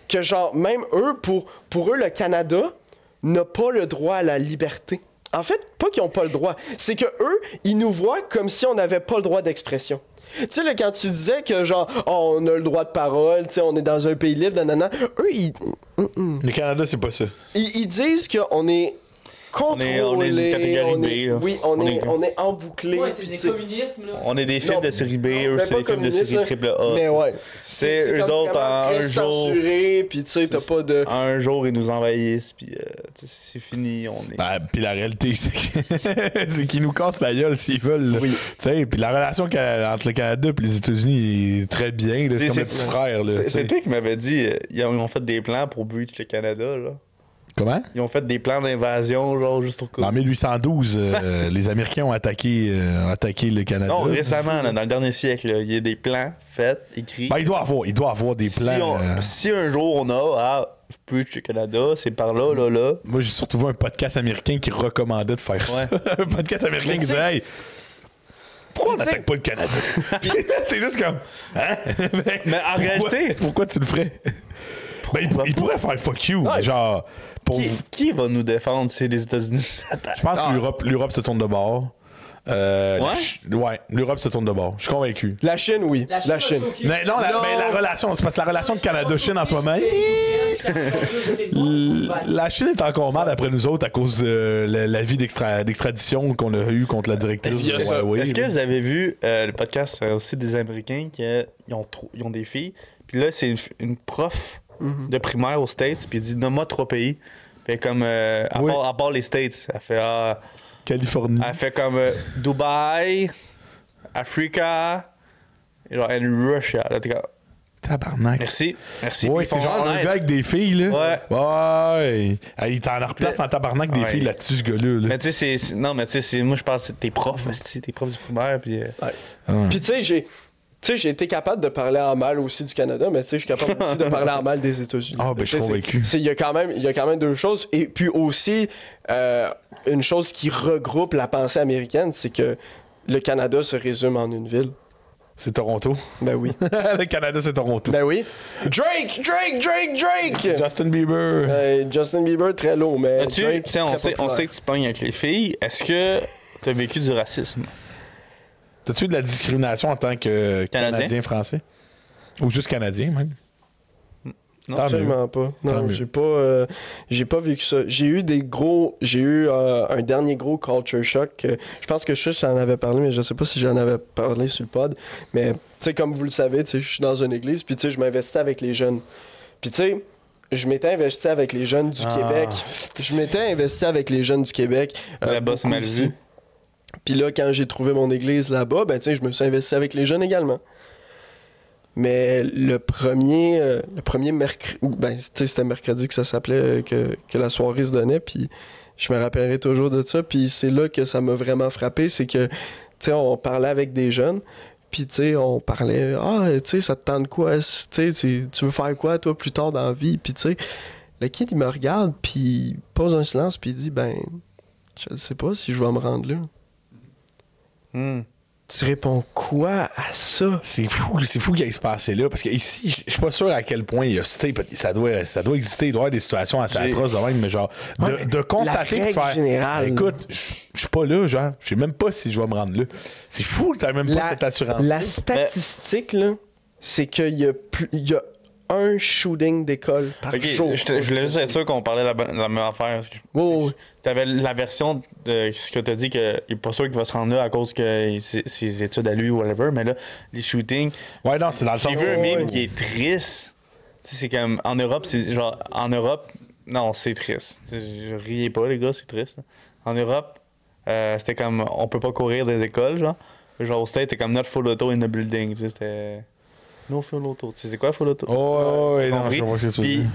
que, genre, même eux, pour, pour eux, le Canada n'a pas le droit à la liberté. En fait, pas qu'ils n'ont pas le droit, c'est que eux, ils nous voient comme si on n'avait pas le droit d'expression. Tu sais, là, quand tu disais que, genre, Oh, on a le droit de parole, tu sais, on est dans un pays libre, nanana, eux, ils,
Le Canada, c'est pas ça.
ils, ils disent qu'on est contrôlé.
On est- on est une catégorie
on est-
B, là.
Oui, on,
On
est,
est-
on est embouclé.
Ouais, c'est
puis
des
tu sais,
communismes, là.
On est des films
Non.
de série B, eux,
ben,
c'est
pas
des films de
communiste,
série
là.
triple A.
Mais ouais.
C'est
c'est
eux
comme
autres,
vraiment
en
très
un jour.
censuré, puis tu sais, t'as pas de.
Un jour, ils nous envahissent, puis euh, tu sais, c'est c'est fini, on est.
Ben, puis la réalité, c'est, que- c'est qu'ils nous cassent la gueule s'ils veulent. là.
Oui.
Tu sais, puis la relation cana- entre le Canada et les États-Unis est très bien. là. C'est
C'est-
comme le
c'est-
petit frère. Là,
C'est-
tu sais.
c'est toi qui m'avais dit, euh, ils ont, ils ont fait des plans pour but le Canada, là.
Comment?
Ils ont fait des plans d'invasion, genre, juste au cas.
En 1812, euh, les Américains ont attaqué, euh, ont attaqué le Canada.
Non, récemment, là, dans le dernier siècle, là, il y a des plans faits, écrits.
Ben, il doit avoir, il doit avoir des plans.
si, on-
euh,
si un jour on a ah, Preach le Canada, c'est par là, là, là.
Moi, j'ai surtout vu un podcast américain qui recommandait de faire ça. un podcast américain qui disait Hey, pourquoi on
Mais tu sais-
n'attaque pas le Canada Puis t'es juste comme Hein Ben,
Mais en
pourquoi-
réalité-
Pourquoi tu le ferais Ben, il, il pourrait faire fuck you, mais genre. Pour,
Qui, qui va nous défendre si les États-Unis
Je pense que l'Europe, l'Europe se tourne de bord. Euh, la
Ouais?
Ch- ouais, l'Europe se tourne de bord. Je suis convaincu.
La Chine, oui. La Chine.
Mais non, la,
Non.
mais la relation, c'est parce que la relation de Canada-Chine en ce moment. L- La Chine est encore mal après nous autres à cause de la- l'avis d'extra- d'extradition qu'on a eu contre la directrice
Est-ce
de Huawei.
est-ce que
là.
vous avez vu euh, le podcast euh, aussi des Américains qui euh, ils ont, trop- ils ont des filles? Puis là, c'est une, f- une prof
Mhm.
de primaire aux States, puis il dit Nomme-moi trois pays. Fait comme, euh, à,
Oui. Mhm.
part, à part les States, elle fait, ah,
Californie.
elle fait comme euh, Dubaï, Africa, genre, and Russia. Là, t'es comme,
Tabarnak.
Merci. Merci.
Ouais,
Ils font
c'est genre un
honnête.
gars avec des filles, là. Ouais. Ouais. Il t'en replace
Mais-
en tabarnak des
Ouais.
filles là-dessus, ce gars-là.
Mais
là.
tu sais, c'est- c'est- non, mais tu sais, c'est- moi je parle c'est tes profs,
Mhm.
hostie, tes profs du primaire, puis euh,
Puis tu sais, j'ai. tu sais, j'ai été capable de parler en mal aussi du Canada, mais tu sais, je suis capable aussi de parler en mal des États-Unis.
Ah, ben, je suis
Tu sais,
convaincu.
c'est- c'est- Il y, a quand même- il y a quand même deux choses. Et puis aussi, euh, une chose qui regroupe la pensée américaine, c'est que le Canada se résume en une ville.
C'est Toronto.
Ben oui.
le Canada, c'est Toronto.
ben oui. Drake! Drake! Drake! Drake!
Justin Bieber.
Euh, Justin Bieber, très lourd, mais.
As-tu-
Drake,
tu sais, on,
Ah, très
sait, on
populaire.
sait que tu pognes avec les filles. Est-ce que t'as vécu du racisme?
T'as-tu eu de la discrimination en tant que
Canadien?
Canadien-Français? Ou juste Canadien, même? Tant
Non,
mieux.
Absolument pas.
Ah,
Tant
Non,
mieux.
j'ai pas, euh, j'ai pas vécu ça. J'ai eu des gros, j'ai eu euh, un dernier gros culture shock. euh, je pense que je j'en avais parlé, mais je sais pas si j'en avais parlé sur le pod. Mais tu sais, comme vous le savez, tu sais, je suis dans une église, puis tu sais, je m'investis avec les jeunes. Puis tu sais, je m'étais investi avec les jeunes du
Ah.
Québec.
Ah,
Je m'étais investi avec les jeunes du Québec. euh,
Là-bas, c'est
beaucoup
mal
ici.
vu.
Puis là, quand j'ai trouvé mon église là-bas, ben tu sais, je me suis investi avec les jeunes également. Mais le premier, euh, le premier mercredi, ben tu sais, c'était mercredi que ça s'appelait, euh, que, que la soirée se donnait, puis je me rappellerai toujours de ça. Puis c'est là que ça m'a vraiment frappé, c'est que, tu sais, on parlait avec des jeunes, puis tu sais, on parlait, ah, tu sais, ça te tente quoi, si- tu sais, tu- tu veux faire quoi, toi, plus tard dans la vie, puis tu sais, le kid, il me regarde, puis il pose un silence, puis il dit, ben, je ne sais pas si je vais me rendre là.
Hmm.
Tu réponds quoi à ça?
C'est fou, c'est fou qu'il y ait ce passé-là. Parce que ici, je- je suis pas sûr à quel point il y a. tu sais, Ça doit, ça doit exister, il doit y avoir des situations assez
J'ai-
atroces de même, mais genre, de,
Ouais, mais
de constater
la
de
règle
faire.
générale.
écoute, je je suis pas là, genre, je sais même pas si je vais me rendre là. C'est fou que t'as même pas cette assurance.
la statistique, là, c'est qu'il y, a plus- il y a un shooting d'école par
Ok,
jour.
je, te- je voulais juste être sûr qu'on parlait la, bonne- la même affaire. parce que je-
Oui, oui.
T'avais la version de ce que t'as dit qu'il est pas sûr qu'il va se rendre là à cause que ses, ses études à lui ou whatever, mais là, les shootings.
Ouais, non, c'est dans le
J'ai
sens.
vu un
ouais.
meme qui est triste. Tu sais, c'est comme en Europe, c'est genre en Europe, non, c'est triste. Tu sais, Je riais pas les gars, c'est triste. En Europe, euh, c'était comme on peut pas courir des écoles, genre. Genre au state, c'était comme not full auto in the building, tu sais, c'était no full auto. Tu sais c'est quoi full auto
Oh, ouais, ouais,
T'as
non,
compris?
je vois ce que tu veux
Puis
dire.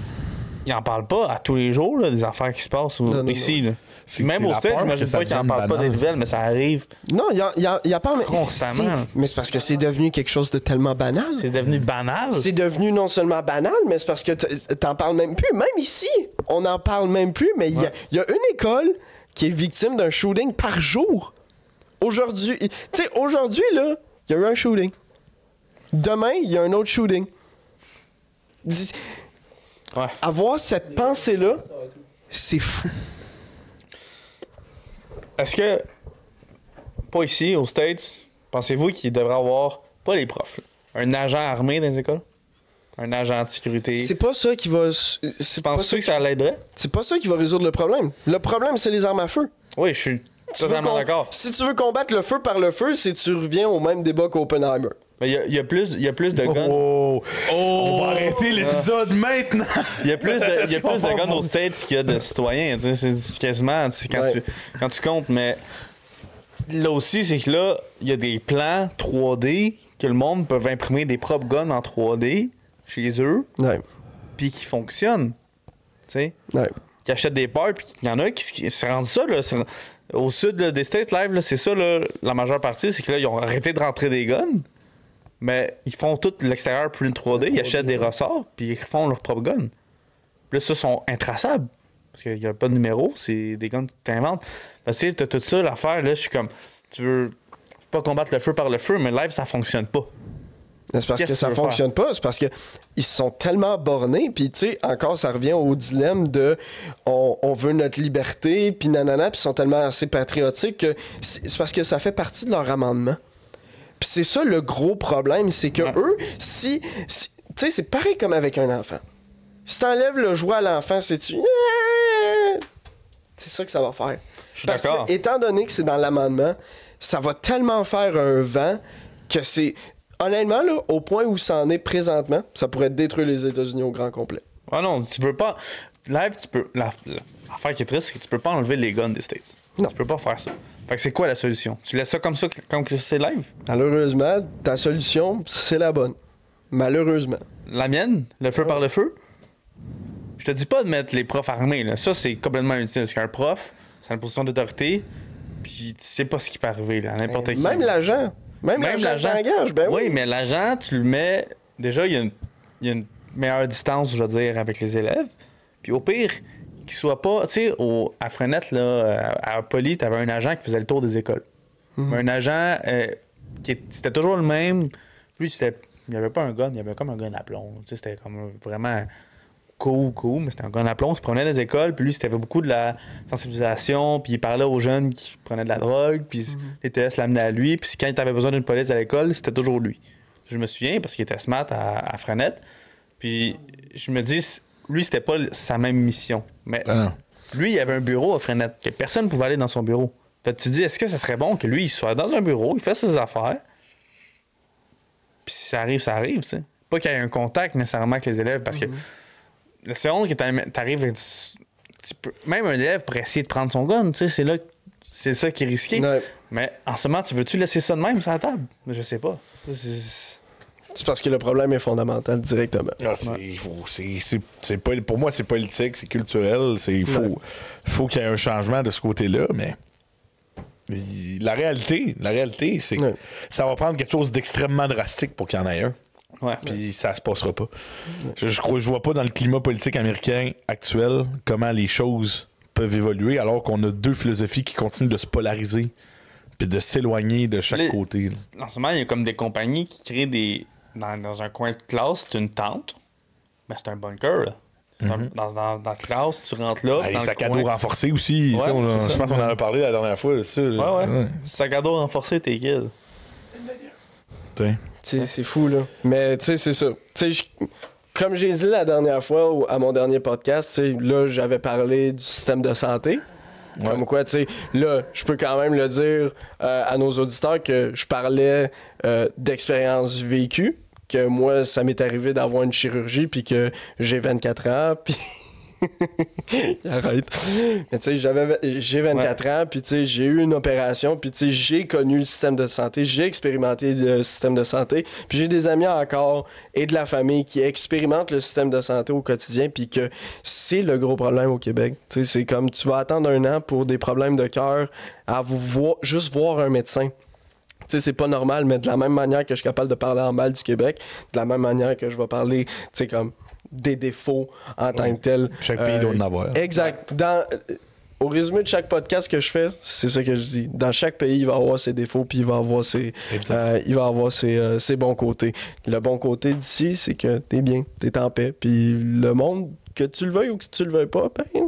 ils en parlent pas à tous les jours là, des affaires qui se passent ou-
Non, non,
ici là.
C'est-
Même
c'est
au
la
state,
peur que
j'imagine
ça
pas qu'ils en
devienne
parlent pas des
banal.
nouvelles, mais ça arrive.
Non, il y a, il y a- il y a pas... mais-
Constamment.
c'est- Mais c'est parce que c'est devenu quelque chose de tellement banal.
C'est devenu
Mm.
banal.
C'est devenu non seulement banal, mais c'est parce que t- t'en parles même plus. Même ici, on n'en parle même plus, mais il y a- il y, a une école qui est victime d'un shooting par jour. Aujourd'hui, tu sais, aujourd'hui, là, il y a eu un shooting. Demain, il y a un autre shooting. Dis-
Ouais.
Avoir cette pensée-là, c'est fou.
Est-ce que, pas ici, aux States, pensez-vous qu'il devrait avoir, pas les profs, là, un agent armé dans les écoles? Un agent de sécurité?
C'est pas ça qui va. s- C'est pas, ça-
Penses-tu que ça l'aiderait?
c'est pas ça qui va résoudre le problème. Le problème, c'est les armes à feu.
Oui, je suis
Tu veux
totalement
com-
d'accord.
Si tu veux combattre le feu par le feu, c'est tu reviens au même débat qu'Oppenheimer.
Mais il y a, il y a plus il y a plus de guns.
Oh, On va arrêter l'épisode maintenant!
Il y a plus de, il y a plus de guns aux States qu'il y a de citoyens. tu sais, C'est quasiment tu sais, quand,
Ouais.
tu, quand tu comptes. Mais là aussi, c'est que là, il y a des plans 3D que le monde peut imprimer des propres guns en 3D chez eux,
Ouais,
puis qui fonctionnent. Tu sais?
ouais.
qui achètent des parts, puis il y en a qui, qui se rendent ça, là. c'est- Au sud là, des States Live, là, c'est ça, là, la majeure partie, c'est que là, ils ont arrêté de rentrer des guns, mais ils font tout l'extérieur plus le 3D, ils achètent des ressorts, puis ils font leurs propres guns. Puis là, ça, sont intraçables. Parce qu'il n'y a pas de numéro, c'est des guns que tu inventes. Parce que t'as tout ça, l'affaire, là, je suis comme, tu veux pas combattre le feu par le feu, mais live, ça fonctionne pas.
Mais C'est parce
Qu'est-ce
que
que
ça
tu veux
fonctionne pas, c'est parce que ils se sont tellement bornés, puis tu sais, encore ça revient au dilemme de on, on veut notre liberté, puis nanana, puis ils sont tellement assez patriotiques que c'est c'est parce que ça fait partie de leur amendement. Puis c'est ça le gros problème, c'est que
Ouais.
eux, si, si- tu sais, c'est pareil comme avec un enfant. Si t'enlèves le joie à l'enfant, c'est tu c'est ça que ça va faire.
Je suis
Parce que,
d'accord.
étant donné que c'est dans l'amendement, ça va tellement faire un vent que c'est. Honnêtement, là, au point où ça en est présentement, ça pourrait détruire les États-Unis au grand complet.
Ah non, tu peux pas. Live, tu peux. la- la- L'affaire qui est triste, c'est que tu peux pas enlever les guns des States.
Non.
Tu peux pas faire ça. Fait que c'est quoi la solution? Tu laisses ça comme ça, comme que c'est live?
Malheureusement, ta solution, c'est la bonne. Malheureusement.
La mienne, le feu par le feu. Je te dis pas de mettre les profs armés, là. Ça, c'est complètement inutile. Parce qu'un prof, c'est une position d'autorité, puis tu sais pas ce qui peut arriver, là, à n'importe qui.
Ben, Même l'agent. Même,
Même
l'agent t'engage, ben oui.
mais l'agent, tu le mets. Déjà, il y, a une, il y a une meilleure distance, je veux dire, avec les élèves. Puis au pire, qu'il soit pas. Tu sais, au- à Frenette, là, à, à Poly, t'avais un agent qui faisait le tour des écoles.
Mhm.
Un agent euh, qui est- c'était toujours le même. Lui, c'était. Il n'y avait pas un gun, il y avait comme un gun à plomb. Tu sais, c'était comme un- vraiment cool, cool, mais c'était un gun à plomb. Il se promenait dans les écoles, puis lui, c'était beaucoup de la sensibilisation, puis il parlait aux jeunes qui prenaient de la drogue, puis les tests l'amenaient à lui, puis quand il avait besoin d'une police à l'école, c'était toujours lui. Je me souviens, parce qu'il était smart à, à Frenette, puis je me dis, c- lui, c'était pas sa même mission. Mais
Ah non.
lui, il avait un bureau à Frenette, que personne ne pouvait aller dans son bureau. Fait que tu dis, est-ce que ça serait bon que lui, il soit dans un bureau, il fasse ses affaires, puis si ça arrive, ça arrive, tu sais. Pas qu'il y ait un contact nécessairement avec les élèves, parce que la seconde que t'arri- t'arrives, tu- tu peux- même un élève pourrait essayer de prendre son gun, tu sais, c'est là, c'est ça qui est risqué.
Ouais.
Mais en ce moment, tu veux-tu laisser ça de même sur la table? Je sais pas. C'est-
C'est parce que le problème est fondamental directement.
Ah, c'est- faut- c'est- c'est- c'est poli- pour moi, c'est politique, c'est culturel. c'est- Il faut, faut qu'il y ait un changement de ce côté-là, mais il- la réalité, la réalité, c'est que
Ouais.
ça va prendre quelque chose d'extrêmement drastique pour qu'il y en ait un.
Ouais.
Puis ça se passera pas. Je, je crois, je vois pas dans le climat politique américain actuel comment les choses peuvent évoluer alors qu'on a deux philosophies qui continuent de se polariser puis de s'éloigner de chaque
Les-
côté. là.
en ce moment, il y a comme des compagnies qui créent des. Dans, dans un coin de classe, c'est une tente, mais c'est un bunker. Là. C'est un- dans, dans, dans la classe, tu rentres là.
Mhm. Ah,
dans
les
le
sacs à
coin.
dos renforcés aussi.
Ouais,
tu sais, on-
c'est ça.
je pense qu'on en a parlé la dernière fois. là, ça, là.
Ouais, ouais. Sac à dos renforcé, t'es kill.
Tiens.
C'est c'est fou, là. Mais tu sais, c'est ça. Tu sais, je- comme j'ai dit la dernière fois ou à mon dernier podcast, tu sais, là, j'avais parlé du système de santé. Comme quoi, tu sais, là, je peux quand même le dire euh, à nos auditeurs que je parlais euh, d'expérience vécue, que moi, ça m'est arrivé d'avoir une chirurgie, puis que j'ai 24 ans, puis... Arrête. Mais tu sais, j'avais- j'ai 24 ans, puis tu sais, j'ai eu une opération, puis tu sais, j'ai connu le système de santé, j'ai expérimenté le système de santé, puis j'ai des amis encore et de la famille qui expérimentent le système de santé au quotidien, puis que c'est le gros problème au Québec. Tu sais, c'est comme tu vas attendre un an pour des problèmes de cœur à vous voir, juste voir un médecin. Tu sais, c'est pas normal, mais de la même manière que je suis capable de parler en mal du Québec, de la même manière que je vais parler, tu sais, comme des défauts en tant que euh, tels.
Chaque pays doit en avoir.
Exact. Dans, euh, au résumé de chaque podcast que je fais, c'est ça que je dis. Dans chaque pays, il va avoir ses défauts, puis il va avoir ses, euh, il va avoir ses, euh, ses bons côtés. Le bon côté d'ici, c'est que t'es bien, t'es en paix. Puis le monde, que tu le veuilles ou que tu le veuilles pas, ben, ils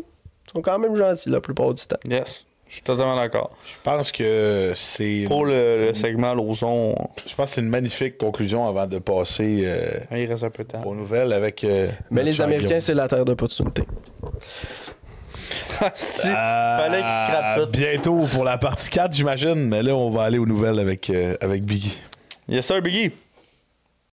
sont quand même gentils la plupart du temps.
Yes. Je suis totalement d'accord.
Je pense que c'est
Pour le, le segment Lauson,
je pense que c'est une magnifique conclusion avant de passer euh,
il reste un peu de temps.
aux nouvelles avec euh,
Mais
notre
les
cher
Américains,
Guillaume.
c'est la terre d'opportunité.
Asti,
Ah,
Fallait qu'il scrape tout.
Bientôt pour la partie 4, j'imagine. Mais là, on va aller aux nouvelles avec, euh, avec Biggie.
Yes, sir, Biggie.